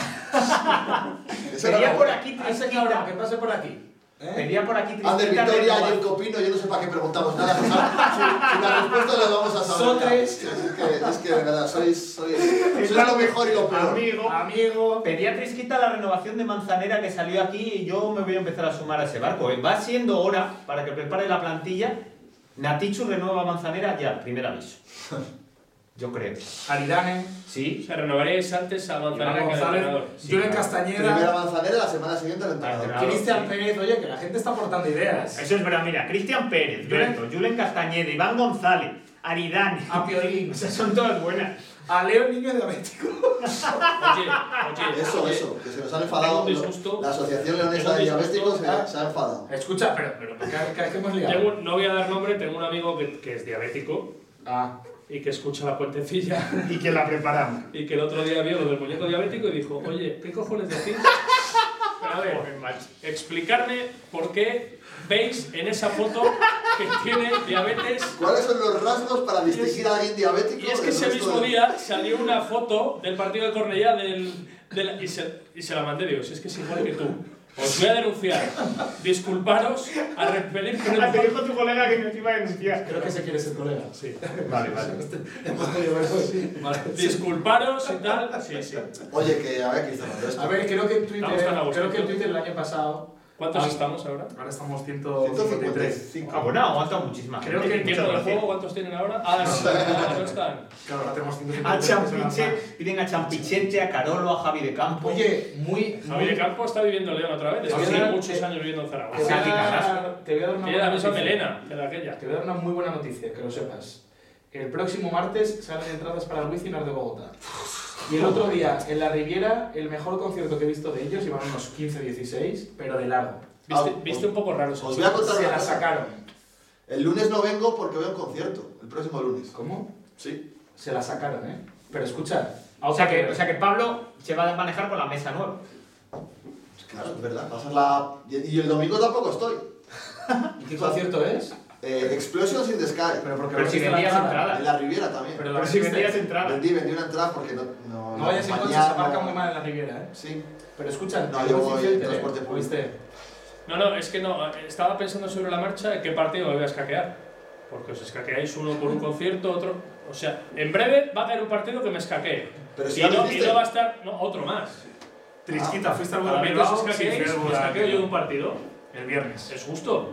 Eso era
pedían
lo
por
bueno.
aquí
A ese cabrón que
Trisquita.
pase por aquí. ¿eh?
Pedían por aquí
Ander
Trisquita. de
Victoria,
Nova.
Ayer Copino, yo no sé para qué preguntamos nada. Si, si la respuesta la vamos a saber.
Sotres.
Es que, es que de verdad, sois, sois, sois lo mejor y lo peor.
Amigo.
Amigo.
Pedía Trisquita la renovación de Manzanera que salió aquí y yo me voy a empezar a sumar a ese barco. eh. Va siendo hora para que prepare la plantilla. Natichu renueva a Manzanera ya, primer aviso. Yo creo.
Aridane.
O
Sí.
sea, renovaréis antes a
Iván
Manzanera que al
González.
entrenador.
Sí,
Julen
claro.
Primera
Castañeda.
manzanera, la semana siguiente el entrenador.
Entrenador.
Cristian
Sí.
Pérez. Oye, que la gente está aportando ideas.
Eso es verdad, mira, Cristian Pérez,
Julen-
Julen, Julen Castañeda, Iván González, Aridane.
A Piolín.
O sea, Ah, son todas buenas.
A Leo Niño Diabético.
Oye, oye.
Eso,
oye.
eso, que se nos han enfadado.
Tengo un disgusto.
La Asociación
Tengo
Leonesa
un
de Diabéticos se,
disgusto.
se ha enfadado.
Escucha, pero, pero, ¿qué, qué- qué hemos
Tengo
liado?
un- no voy a dar nombre, tengo un amigo que, que es diabético
Ah,
y que escucha la puentecilla.
Y que la preparamos.
Y que el otro día vio lo del muñeco diabético y dijo, oye, ¿qué cojones decís? Pero a ver, explicarme por qué veis en esa foto que tiene diabetes.
¿Cuáles son los rasgos para distinguir a alguien diabético?
Y es que
del
ese
resto
mismo
de-
día salió una foto del partido de Cornellá del, de la- y, se, y se la mandé, digo, si es que es igual que tú. Os voy a denunciar. Disculparos, a repetir con
Ah,
el
Te dijo tu colega que nos iba a denunciar.
Creo que se quiere ser colega, sí.
Vale, vale.
Disculparos y tal. Sí, sí.
Oye, que a ver, Cristian, esto.
A ver, creo que en
Vamos
Twitter,
con Agustín.
creo que en Twitter el año pasado.
¿Cuántos
Ah,
estamos ahora?
Ahora estamos 153.
Ah,
155.
bueno, aguanta muchísimo.
Creo
¿En
que
el tiempo
muchas
del
gracias.
juego cuántos tienen ahora? Ah, no, no, no están.
Claro, ahora tenemos
A
153 personas
Champiche, piden a Champichete, a Carolo, a Javi de
más.
Campo.
Oye, muy.
Javier
muy-
de Campo está viviendo en León otra vez.
Sí,
Después de
sí.
muchos años viviendo en
Te voy
Zaragoza.
a
Santi
dar-
Carrasco.
te voy a dar una
Tiene la
buena
misma
noticia.
melena que la aquella.
Te voy a dar una muy buena noticia, que lo sepas. El próximo martes salen entradas para el Wizzing de Bogotá. Y el otro día, en la Riviera, el mejor concierto que he visto de ellos, iban unos 15-16, pero de largo.
Viste,
Ah,
viste un poco raro ese
os
chico.
voy a contar
Se
una
la
cosa.
sacaron.
El lunes no vengo porque voy a un concierto. El próximo lunes.
¿Cómo?
Sí.
Se la sacaron, ¿eh? Pero escucha,
Ah, O sea, que, o sea que Pablo se va a manejar con la mesa nueva.
Claro, es verdad. Va a ser la... Y y el domingo tampoco estoy.
¿y qué concierto es?
Eh, Explosions in the Sky.
Pero porque
Pero si
vendiste la
vendías
entrada.
entradas.
En la Riviera también.
Pero la
Pero si
vendiste.
vendías entrada.
Vendí, vendí una entrada porque no... No,
No
la
vayas en coche, se
compañía
aparca
no-
muy mal en la Riviera, ¿eh?
Sí.
Pero escucha,
No,
el
yo
Wizzing
voy en
Center, ¿eh?
transporte público.
¿Oíste?
No, no, es que no. Estaba pensando sobre la marcha qué partido me voy a escaquear. Porque os escaqueáis uno por un concierto, otro. O sea, en breve va a haber un partido que me escaquee.
Pero si
y,
ya lo
no, y
hiciste. Ah,
no va a estar. No, otro más.
Trisquita, fuiste al
Cada vez que os
Bilbao sin
escaqueéis, me
férvula.
escaqueo yo de un partido.
El viernes.
Es justo.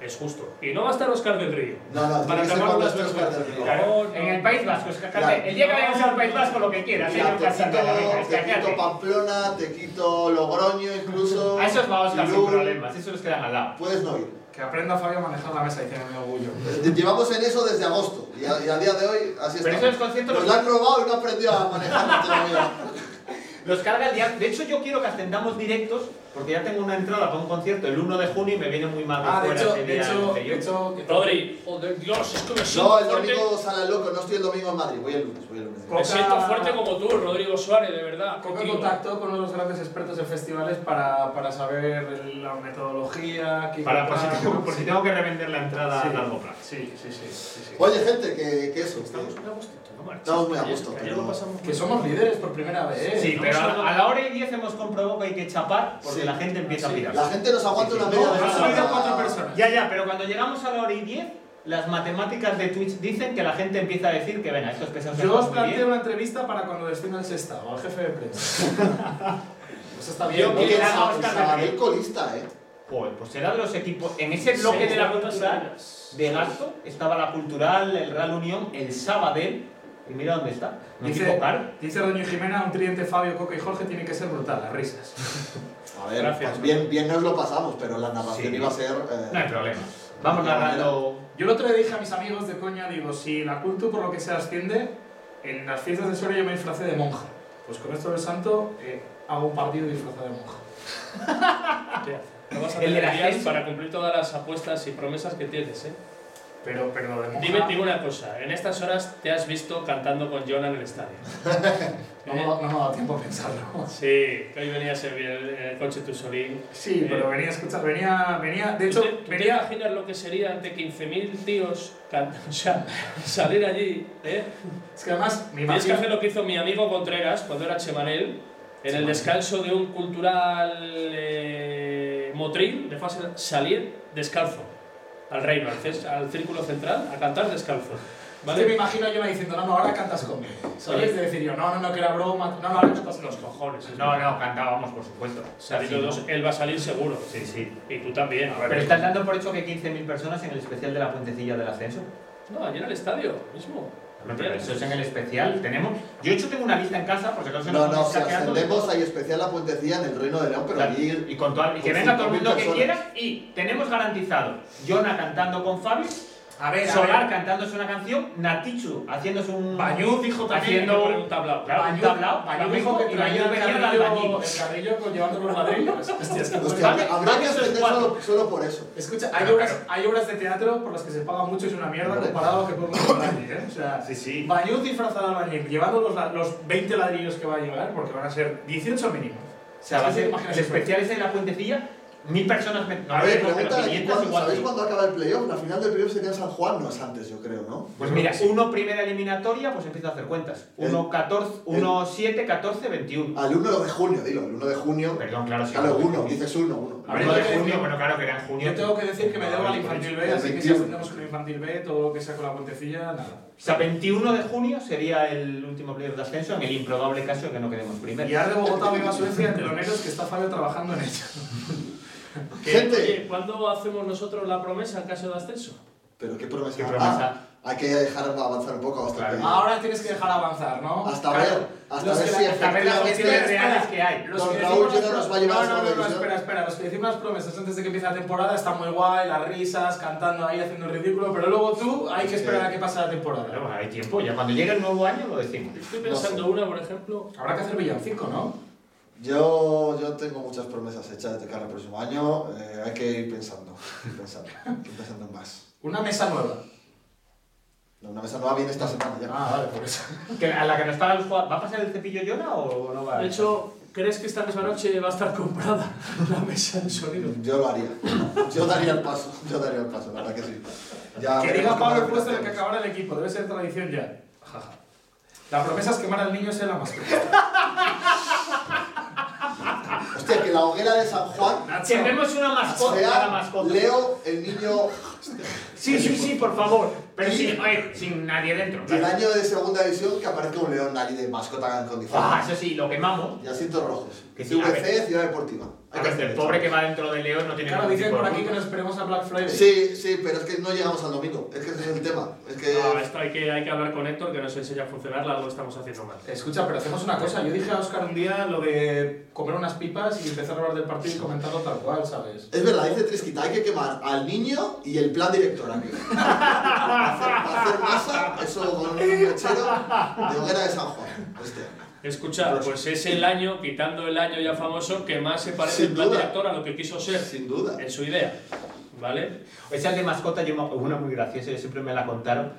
Es justo. Y no va a estar Oscar del Río.
No, no, tiene
Para
que ser cuando
tapar unas
esté Oscar del Río.
vergüenzas. No, no.
En el País Vasco, escácate.
Ya.
El día que vayamos al País Vasco, lo que quieras, ¿eh?
Mira,
no
te
pasa nada, venga,
quito, te quito
escácate.
Pamplona, te quito Logroño incluso.
A esos vamos casi sin
Irún.
problemas, esos nos quedan al lado.
Puedes no ir.
Que aprenda Fabio a manejar la mesa, dice mi orgullo.
Eh, Llevamos en eso desde agosto y a, y a día de hoy así
Pero
está.
esos conciertos
Nos
los-
la han robado y no he aprendido a manejar todavía.
Los carga el día. De hecho, yo quiero que ascendamos directos, porque ya tengo una entrada para un concierto el 1 de junio y me viene muy mal.
Ah, de
fuera
hecho,
ese
de
día
hecho,
anterior.
de hecho, que-
Rodri, joder, Dios, es que me siento
No, el
fuerte.
domingo sale el loco, no estoy el domingo en Madrid, voy el lunes, voy el lunes.
Me siento fuerte como tú, Rodrigo Suárez, de verdad.
Coca
contigo.
contacto con uno de los grandes expertos en festivales para, para saber la metodología. qué
Para, por si
comprar,
tengo, por
sí.
si tengo que revender la entrada a largo plazo.
Sí, sí, sí. sí, sí.
Oye, gente, que, que eso, que
Estamos muy a gustito, ¿no, Marcos?
Estamos muy a
Ayer-
gusto,
ayer
pero-
lo pasamos
Que
muy
somos
bien.
líderes por primera vez. ¿eh?
Sí,
no
pero
hemos hablado-
a la hora y 10 hemos comprobado que hay que chapar porque
Sí.
la gente empieza a pirar.
la gente nos aguanta una media de
No,
hora
solo
para-
cuatro personas.
Ya, ya, pero cuando llegamos a la hora y 10, las matemáticas de Twitch dicen que la gente empieza a decir que, venga, estos pesados
Yo os
están muy
planteo
bien.
una entrevista para cuando descienda el sexta o al jefe de prensa. Eso está bien.
Yo
¿no?
que
Oye, el
la
Sa- el
Oscar
Sabadell
Gabriel.
colista, eh.
Joder, pues era de los equipos. En ese bloque
Seis
de la
cuotas
cultural
seguidas.
de gasto estaba la cultural, el Real Unión, el Sabadell. Y mira dónde está. Un
Dice,
equipo caro.
dice Doña Jimena, un tridente Fabio, Coca y Jorge tiene que ser brutal, las risas.
A ver,
Gracias.
pues bien, bien nos lo pasamos, pero la narración
Sí.
iba a ser. eh,
No hay problema. Vamos
Ya,
narrando.
Yo el otro día dije a mis amigos de coña, digo, si la culto por lo que se asciende, en las fiestas de Soria yo me disfracé de monja. Pues con esto del santo eh, hago un partido disfrazado de monja.
No vas a
El
tener
del
días
ascenso.
para cumplir todas las apuestas y promesas que tienes, ¿eh?
Pero, pero lo de monja...
Dime, dime una cosa, en estas horas te has visto cantando con Jonah en el estadio. ¿Eh?
No me, ha dado- no me ha dado tiempo a pensarlo.
Sí, que hoy venías en el, en el coche tú solín.
Sí,
Eh,
pero venía a escuchar, venía, venía, de hecho,
¿Tú te- tú te
venía...
imaginas lo que sería ante 15.000 tíos can- o sea, salir allí? ¿eh?
Es que además,
Tienes que
me imagino...
hacer lo que hizo mi amigo Contreras cuando era Chemanel, en el descanso de un cultural eh, motril, le fue a sal- salir descalzo al reino, al, cés- al círculo central, a cantar descalzo.
Es que me
¿Vale?
imagino yo me diciendo, no, no, ahora cantas conmigo.
¿Sabes?
¿Sabes? De decir yo, no, no, no, que era broma, no, no, ahora cantas
Los
conmigo.
cojones. es
No, no, cantábamos, por supuesto.
Salido
Sí,
dos,
¿no? eh.
él va a salir seguro.
Sí, sí.
Y tú también.
Pero estás dando por hecho que 15.000 personas en el especial de la puentecilla del ascenso.
No, ayer al estadio mismo.
No, pero eso es en el especial. Tenemos. Yo, de hecho, tengo una lista en casa, por si acaso
No,
nos
no,
vamos
si
saqueando.
ascendemos hay especial la puentecilla en el Reino de León, pero
Claro,
allí.
Y, con toda- y que
con
venga todo el
5.000
mundo que
personas.
quiera. Y tenemos garantizado Jonah cantando con Fabi,
A ver, a
Solar
ver.
cantándose una canción, Natichu haciéndose un.
Bañuz dijo también
haciendo
que por un tablao.
Claro, un
Bañú-
tablao.
Bañú
Lo
dijo
mismo,
que
y
traía
Bañú
el
venía al
carrillo,
albañil.
el carrillo con- llevando los ladrillos. Hostia, es que-
Hostia,
Vale,
habrá que
eso es
ascender
cuatro.
solo, solo por eso.
Escucha, hay obras, hay obras de teatro por las que se paga mucho y es una mierda comparado a lo que podemos hacer allí, ¿eh? O sea,
Sí, sí.
Bañuz disfrazado al bañil, llevando los, la- los 20 ladrillos que va a llevar, porque van a ser 18 mínimo.
O sea, va a
Es que
ser
imagínate
el
eso.
especial ese de la puentecilla. Mil personas me. No,
A ver,
había como
pregunta de
500
cuándo,
igual.
¿sabéis cuándo acaba el playoff? La final del playoff sería en San Juan, no es antes, yo creo, ¿no?
Pues mira, uno primera eliminatoria, pues empieza a hacer cuentas. Uno 14, uno 7, 14, 21.
Al 1 de junio, dilo, el 1no de junio.
Perdón, claro, sí.
Claro, 1, Ah, dices 1, 1.
A ver,
Yo
de
tengo que
junio,
decir-
bueno, claro que era en junio. Ah,
Yo tengo que decir que me debo al infantil
pues
B, así que si
21.
hacemos con el infantil B, todo lo que sea con la puentecilla, nada.
O sea, 21 de junio sería el último playoff de ascenso en el improbable caso de que no quedemos primero.
Y ahora de Bogotá viva Suecia, teloneros, que está Fabio trabajando en ello.
Que,
Gente.
oye, ¿Cuándo hacemos nosotros la promesa en caso de ascenso?
Pero qué promesa.
Qué promesa.
Ah, hay que dejar avanzar un poco hasta
Claro.
que-
Ahora tienes que dejar avanzar, ¿no?
Hasta ver, hasta
los
ver
que
si
la- hasta ver las
efectivamente-
opciones reales
que hay.
Los
Don
que
Raúl
decimos
ya no
las
nos va a llevar a segunda
pro- No, no, no, no,
división.
espera, espera. Los que decimos las promesas antes de que empiece la temporada están muy guay, las risas, cantando ahí, haciendo el ridículo, pero luego tú hay que esperar a que pase la temporada.
Claro, bueno, hay tiempo, ya cuando llegue el nuevo año lo decimos.
Estoy pensando una, por ejemplo.
Habrá que hacer villancico, ¿no?
Yo, yo tengo muchas promesas hechas de cara al próximo año. eh, hay que ir pensando. ir pensando. hay que ir pensando en más.
Una mesa nueva.
No, Una mesa nueva viene esta semana ya.
Ah, vale, por eso.
Que a la que no está el Juan- ¿va a pasar el cepillo Yona o no va a
De hecho, ¿crees que esta misma noche va a estar comprada la mesa de sonido?
Yo lo haría. Yo daría el paso. Yo daría el paso, la verdad que sí. Ya
Que
veremos
diga
cómo
Pablo el
lo
puesto en el que
hacemos.
acabará el equipo, debe ser tradición ya. Jaja. La promesa es quemar al niño sea la mascota.
Hostia, que la hoguera de San Juan
Queremos una mascota para
sea
mascota.
Leo, el niño
Sí, sí, sí, por favor. Pero
Y-
sin, oye, sin nadie dentro.
del
claro.
año de segunda división que aparezca un león allí de mascota en condiciones.
Ah, eso sí, lo quemamos.
Y asientos rojos.
Que sí, a
VC, Ciudad Deportiva.
A ver, el
hacer
pobre que
eso.
va dentro de León no tiene
Claro,
ningún
dicen
tipo
por
de
aquí que
culpa.
nos esperemos a Black Friday.
Sí, sí, pero es que no llegamos al domingo. Es que ese es el tema. Es que.
No, esto hay que, hay que hablar con Héctor, que nos enseña a funcionarla, algo estamos haciendo mal.
Eh,
Escucha, pero hacemos una cosa. Yo dije a Oscar un día lo de comer unas pipas y empezar a hablar del partido y comentarlo tal cual, ¿sabes?
Es verdad, dice Trisquita, hay que quemar al niño y el plan director aquí. Para hacer, para hacer masa, eso con un mechero de hoguera de San Juan. Este año.
Escuchad, pues es el año, quitando el año ya famoso, que más se parece
Sin
el plan
duda.
director a lo que quiso ser
Sin duda.
en su idea. ¿Vale?
Esa de mascota, yo, me- una muy graciosa, yo siempre me la contaron.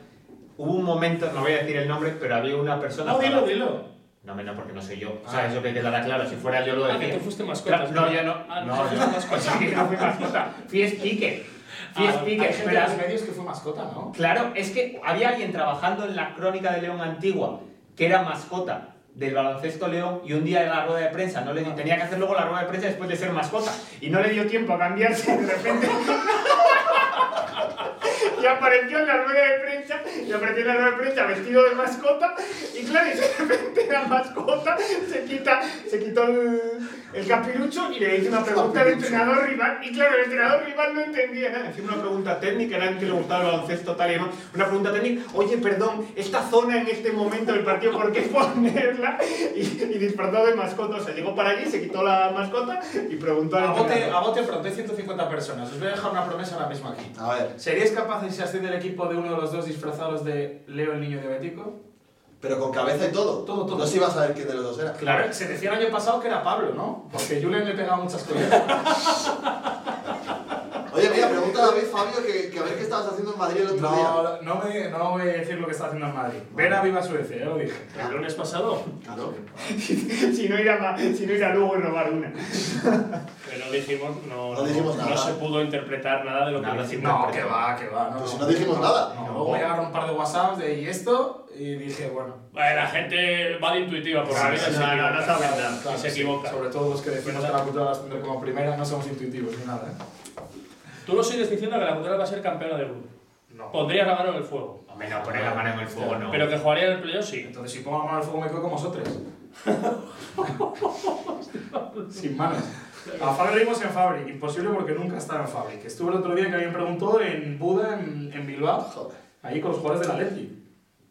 Hubo un momento, no voy a decir el nombre, pero había una persona.
No, dilo,
para-
dilo.
No, me- no, porque no soy yo. O sea, eso que quedará claro. Si fuera yo lo
Ah,
decía.
que tú fuiste mascota.
Claro, no, yo no.
Ah,
no,
no, fuiste
yo
mascota.
O sea, que no fui mascota. Fui speaker. Fui
Ah,
speaker.
hay gente
Pero-
en los medios que fue mascota, ¿no?
Claro, es que había alguien trabajando en la crónica de León Antigua, que era mascota del baloncesto León, y un día en la rueda de prensa no le di- tenía que hacer luego la rueda de prensa después de ser mascota, y no le dio tiempo a cambiarse de repente. Y apareció en la rueda de prensa, y apareció en la rueda de prensa vestido de mascota, y claro, y de repente la mascota se quita, se quitó el, el capirucho y le hizo una pregunta al entrenador rival, y claro, el entrenador rival no entendía nada, hicimos una pregunta técnica, era que le gustaba el baloncesto tal y no, una pregunta técnica, oye, perdón, esta zona en este momento del partido, ¿por qué ponerla? Y, y disfrazado de mascota, o sea, llegó para allí, se quitó la mascota y preguntó al
Ah,
A bote,
entrenador.
a bote pronto, hay 150 personas. Os voy a dejar una promesa ahora mismo aquí.
A ver,
¿Seríais capaces si asciende el equipo de uno de los dos disfrazados de Leo el niño diabético?
pero con cabeza y todo.
Todo, todo.
No se iba a saber quién de los dos era.
Claro, se decía el año pasado que era Pablo, ¿no? Porque Julen le pegaba muchas cosas.
Oye, mira, pregunta a David Fabio que, que a ver qué estabas haciendo en Madrid el otro día.
No, no, me, no voy a decir lo que está haciendo en Madrid. Ver a Viva Suecia, ya lo dije.
El lunes pasado.
Claro.
si no ir a, Ma- si no ir a Lugo y robar una.
Que no dijimos, no,
No dijimos nada.
se pudo interpretar nada de lo que dijimos.
No, que va, que va. No,
Pues si no dijimos nada.
No, luego llegaron un par de WhatsApps de y esto y dije, bueno.
Vale, la gente va de intuitiva, por
Claro,
la vida
sí,
se
no,
equivoca.
no, no saben
Y se equivoca.
Sobre todo los que decimos que la cultura la tendré como primera, no somos intuitivos ni nada, ¿eh?
Tú lo sigues diciendo que la cultura va a ser campeona del mundo.
No.
Pondrías la mano en el fuego.
Hombre, no, poner la mano en el fuego no.
Pero que jugaría en el playoff, sí.
Entonces, si pongo la mano al fuego, me quedo como vosotros. Sin manos. A Fabri vimos en Fabric, imposible porque nunca estaba en Fabric. Estuve el otro día que alguien preguntó en Buda, en, en Bilbao, ahí con los jugadores de la Leti.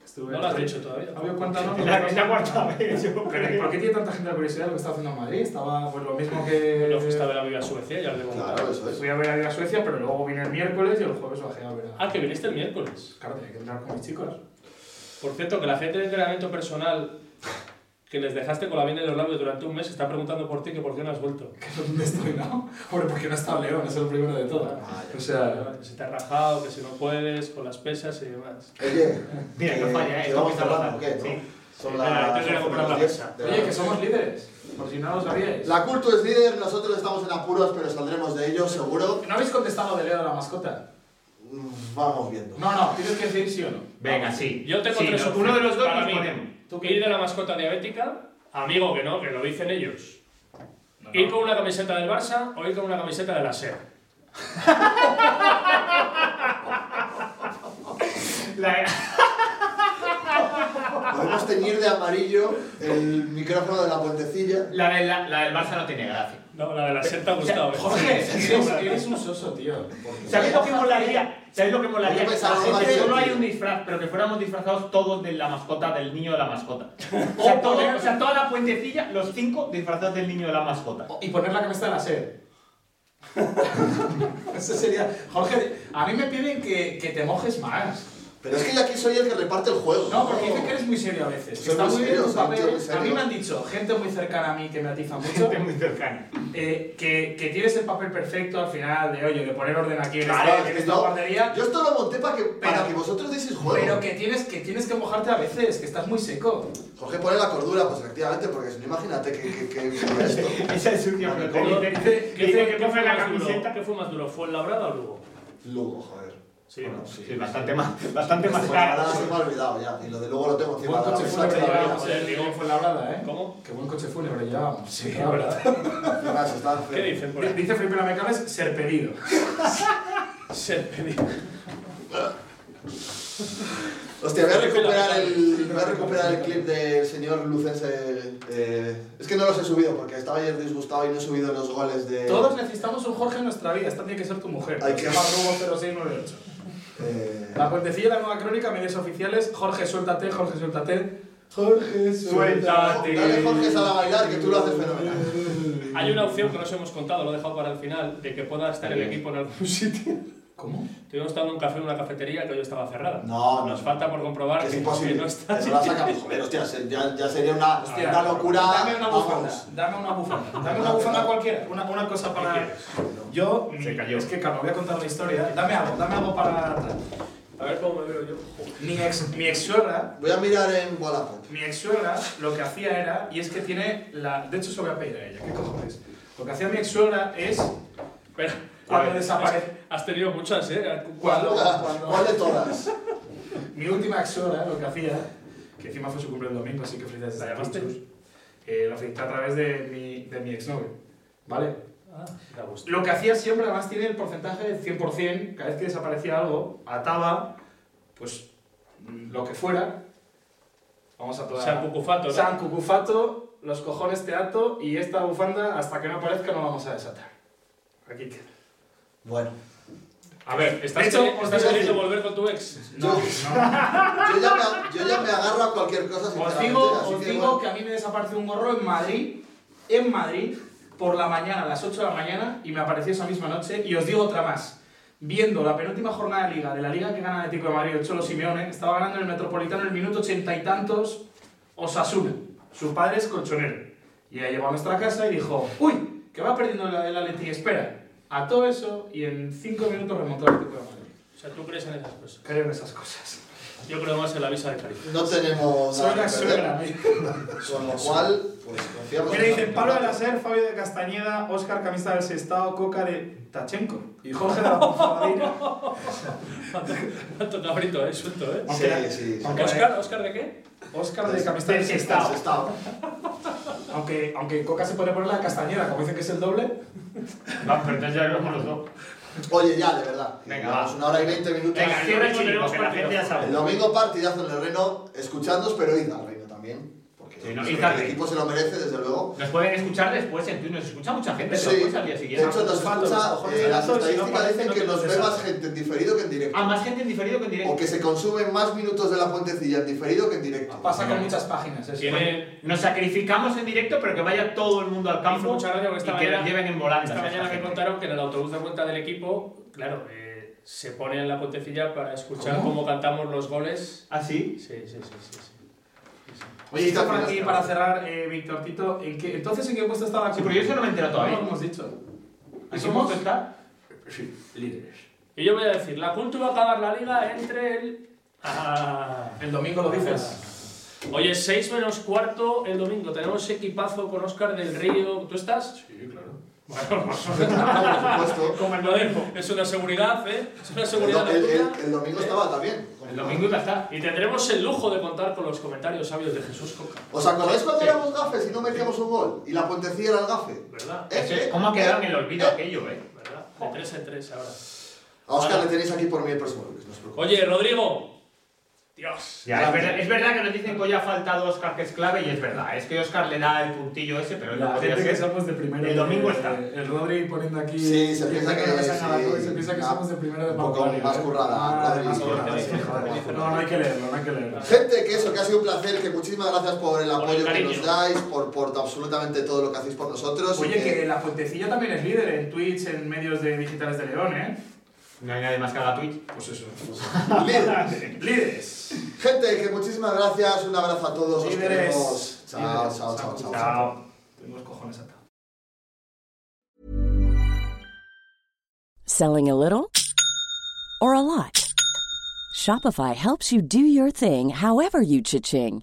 Estuve
No lo has dicho todavía.
Fabio, cuéntanos.
Es la- es la cuarta vez, yo
Pero,
creo.
¿Por qué tiene tanta gente la curiosidad de lo que está haciendo en Madrid? Estaba pues, lo mismo que.
No fuiste a ver a Viva Suecia, ya os digo.
Eh, Claro, eso es.
Fui a ver a Liga Suecia, pero luego vine el miércoles y el jueves bajé a ver a.
Ah, que viniste el miércoles.
Claro, tenía que entrar con mis chicos.
Por cierto, que la gente de entrenamiento personal que les dejaste con la vena en los labios durante un mes está preguntando por ti que por qué no has vuelto.
Que ¿Dónde estoy, no? Hombre, porque no está León, es el primero de todo.
Ah,
o sea,
Que se te ha rajado, que si no puedes, con las pesas y demás.
Oye,
Mira, no falla, eh,
¿Vamos
estamos
cerrando
hablando.
o qué? ¿no?
Sí.
Son
Espera,
las
yo tengo que comprar la
11
mesa.
de
oye, que somos líderes. Por si no lo sabíais.
La Culto es líder, nosotros estamos en apuros, pero saldremos de ellos seguro.
¿No habéis contestado de Leo de la mascota?
Mm, Vamos viendo.
No, no, tienes que decir sí o no.
Venga, sí.
Yo tengo
Sí,
tres
no,
opciones
Uno de los dos
para
nos
mí.
ponemos.
¿Tú ir de la mascota diabética, amigo que no, que lo dicen ellos. Ir con una camiseta del Barça o ir con una camiseta de la E SER.
La-
Podemos teñir de amarillo el micrófono de la puentecilla.
La, del- la- la del Barça no tiene gracia.
No, la de la SER te ha gustado. ¿eh?
Jorge, eres, Ah, eres un soso, tío.
¿Sabéis lo que molaría? ¿Sabéis lo que molaría?
Yo pensaba,
Que
joder,
solo hay
tío.
un disfraz, pero que fuéramos disfrazados todos de la mascota, del niño de la mascota. O sea, todo- o sea, toda la puentecilla, los cinco disfrazados del niño de la mascota.
Y poner la camiseta de la sed. Eso sería. Jorge, a mí me piden que, que te mojes más.
Pero es que yo aquí soy el que reparte el juego.
No, porque dicen que eres muy serio a veces. que
Soy
está
muy
muy bien
serio,
tu
soy un tío
papel.
muy serio.
A mí me han dicho, gente muy cercana a mí que me atiza mucho,
Gente muy cercana.
eh, que, que tienes el papel perfecto al final de, oye, de poner orden aquí en,
Claro,
este, en esta
no.
guardería.
Yo esto lo monté para que, para
Pero-
que vosotros deis juego.
Pero que tienes, que tienes que mojarte a veces, que estás muy seco.
Jorge pone la cordura, pues efectivamente, porque si no, imagínate que, que, que- que esto.
Esa es sucia, pero te
Luego,
dice-
¿Qué,
te dice
fue-
que
qué fue
ponga la
más duro?
camiseta.
¿Qué fue más duro? ¿Fue el labrado o Lugo?
Lugo, joder.
Sí.
Bueno, sí.
Sí, bastante más, bastante más
Pues
cara.
nada, se me ha olvidado ya. Y lo de luego lo tengo encima
Buen
de la
coche
mesa.
fúnebre
todavía.
llevábamos,
Sí,
eh,
Joder, digo,
digo, fue labrada, ¿eh?
¿Cómo?
Qué buen coche fúnebre llevábamos. Sí,
además, está feo.
¿Qué dicen por
Di-
ahí?
Dice Felipe Lamecales, ser pedido.
Ser pedido.
Hostia, voy a recuperar el, voy a recuperar el clip del señor Lucense. eh, es que no los he subido porque estaba ayer disgustado y no he subido los goles de.
Todos necesitamos un Jorge en nuestra vida, esta tiene que ser tu mujer.
Hay que-
Se llama Rubo 0698.
Eh,
La puentecilla, la nueva crónica, medios oficiales, Jorge suéltate, Jorge suéltate. Jorge
Suéltate. Eh, Dale, Jorge, sal a bailar, que tú lo haces fenomenal.
Hay una opción que no os hemos contado, lo he dejado para el final, de que pueda estar el equipo en algún sitio.
¿Cómo?
Estuvimos tomando un café en una cafetería que hoy estaba cerrada.
No, no.
Nos falta por comprobar
Que es
que,
imposible.
que no está.
Eso la sacamos. Joder, hostia, se- ya, ya sería una,
Hostia,
una locura.
Dame una
vamos.
bufanda, dame una bufanda, dame una bufanda cualquiera, una, una cosa para. Yo,
Se
mm,
cayó.
es que claro, voy a contar la historia. Dame algo, dame algo para. tal.
A ver cómo me veo yo.
Mi ex, mi ex suegra
Voy a mirar en Wallapop.
Mi ex suegra lo que hacía era, y es que tiene la. De hecho, se lo voy a pedir a ella, ¿qué cojones? Lo que hacía mi ex suegra es.
Pero,
Cuando
a ver,
desaparece-
es que Has tenido muchas, ¿eh?
Cuando.
¿Cuál de todas?
Mi última ex suegra lo que hacía, que encima fue su cumple el domingo, así que felicidades.
¿La llamaste?
Jesús, Eh, la felicité a través de mi, de mi exnovio. ¿Vale?
Ah, da gusto.
Lo que hacía siempre, además, tiene el porcentaje del 100%. Cada vez que desaparecía algo, ataba, pues, mm, lo que fuera. Vamos a toda...
ah.
San Cucufato, ¿no?
San Cucufato, los cojones te ato y esta bufanda, hasta que no aparezca, no la vamos a desatar. Aquí queda.
Bueno,
A ver, ¿estás,
De hecho,
queri-
os
estás
digo-
queriendo volver con tu ex?
yo, yo ya me, yo ya me agarro a cualquier cosa.
Os
sinceramente,
digo,
así
os
que,
digo
bueno.
que a mí me desapareció un gorro en Madrid, en Madrid, por la mañana, a las 8 de la mañana, y me apareció esa misma noche. Y os digo otra más. Viendo la penúltima jornada de liga, de la liga que gana el Atlético de Madrid, el Cholo Simeone, estaba ganando en el Metropolitano en el minuto ochenta y tantos Osasuna. Su padre es colchonero. Y ella llegó a nuestra casa y dijo, uy, que va perdiendo el, el Atleti, espera. A todo eso, y en cinco minutos remontó el Atlético de Madrid.
O sea, tú crees en esas cosas.
Creo en esas cosas.
Yo creo más en la visa de Caribe.
No tenemos. nada
Soy la
que perder.
suegra.
Con lo cual, pues confiamos
Mira,
en
dicen
la-
Pablo de la Ser, Fabio de Castañeda, Óscar Camisa del Sestao, Coca de Tachenko y Jorge de la Ponfadina.
Tanto cabrito, ¿eh? Suelto, ¿eh?
Sí, sí, sí.
Aunque-
¿Oscar? ¿Óscar de qué?
Óscar de Camisa
Del
del Sestao.
Has estado.
Aunque, aunque Coca se puede poner la Castañeda, como dicen que es el doble.
Vamos, pero entonces ya vemos los dos.
Oye, ya, de verdad.
Venga,
Llevamos
va.
una hora y veinte minutos.
Venga,
cierra y
cierra y
continuamos
que la gente ya
El
sabe.
domingo partidazo en el Reno, escuchándos, pero id al Reino también. Porque
Sí, no,
el
id al Reno.
equipo se lo merece, desde luego.
Nos pueden escuchar después en Twitter. Nos escucha mucha gente
Sí,
después pues al día
de
siguiente.
hecho nos
Faltos,
escucha,
cojones,
eh, las
faltos, si no
estadísticas
aparece,
dicen
no
que
te
nos ve
interesa.
más gente en diferido que en directo.
Ah, más gente en diferido que en
O
directo.
que se consumen más minutos de la puentecilla en diferido que en directo.
Pasa con muchas páginas. eso.
Tiene...
Nos sacrificamos en directo, pero que vaya todo el mundo al
Hizo
campo
mucha gracia porque esta
y que
mañana,
nos lleven en volante.
esta mañana me contaron que en el autobús de vuelta del equipo, claro, eh, se pone en la puentecilla para escuchar ¿Cómo? cantamos los goles.
¿Ah, sí?
Sí, sí, sí, sí. sí.
Oye, y está por
Gracias,
aquí para
gracias.
cerrar, eh, Víctor Tito. ¿en qué- entonces, ¿en qué puesto está la
Sí, porque yo eso no me he enterado todavía.
No lo hemos dicho.
¿Y
¿Y
somos
somos?
está?
Sí, líderes.
Y yo voy a decir, la cultura va a acabar la liga entre el... Ah,
El domingo lo dices.
Oye, 6 menos cuarto el domingo. Tenemos equipazo con Oscar del Río. ¿Tú estás? Sí, claro. Bueno,
Por supuesto.
como el Nodejo. Es una seguridad, ¿eh? Es una
El,
seguridad.
el-
tuya.
el- el domingo estaba también.
El domingo ya está.
Y tendremos el lujo de contar con los comentarios sabios de Jesús Coca.
¿Os acordáis cuando éramos gafes y no metíamos un gol? Y la puentecilla era el gafe.
¿Verdad?
Eh, eh,
¿Cómo ha quedado en
eh,
el olvido
eh.
aquello, eh?
¿Verdad? De 3 en 3 ahora.
A Oscar le tenéis aquí por mí el próximo lunes, no os preocupéis.
Oye, Rodrigo. Dios.
Ya, es, verdad, es verdad que nos dicen que hoy ha faltado Oscar, que es clave, y es verdad. Es que Oscar le da el puntillo ese, pero él no
La
podía
gente que
ser.
somos de primero.
El domingo está.
El Rodri poniendo aquí.
Sí, se
y
piensa
el
que-
Rodri saca la cruz y
sí,
se piensa que
ah,
somos de primero de
un poco
vanguardia,
más
¿eh?
currada,
Ah,
Rodri,
más
sí,
currada,
sí,
sí,
sí,
joder.
sí, sí.
No, no hay que leerlo, no hay que leerlo.
Gente, que eso, que ha sido un placer, que muchísimas gracias por el apoyo que
cariño.
nos dais, por, por absolutamente todo lo que hacéis por nosotros. Eh, y
Oye, que la Fuentecilla también es líder en Twitch, en medios de digitales de León, ¿eh?
No hay nadie más que haga Twitch.
Pues eso.
Líderes.
Líderes.
Gente, que muchísimas gracias, un abrazo a todos, os
Líderes.
queremos. Chao,
Líderes.
chao, chao, chao. chao.
Chao. Tengo los cojones atados.
Selling a little or a lot? Shopify helps you do your thing however you cha-ching.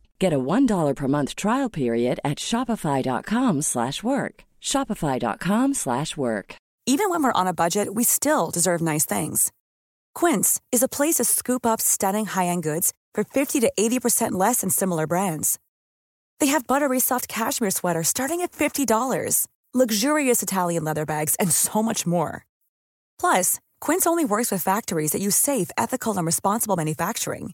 Get a $1 per month trial period at shopify.com/work. slash work. shopify.com/work. slash work.
Even when we're on a budget, we still deserve nice things. Quince is a place to scoop up stunning high-end goods for 50 to 80% less than similar brands. They have buttery soft cashmere sweaters starting at $50, luxurious Italian leather bags, and so much more. Plus, Quince only works with factories that use safe, ethical, and responsible manufacturing.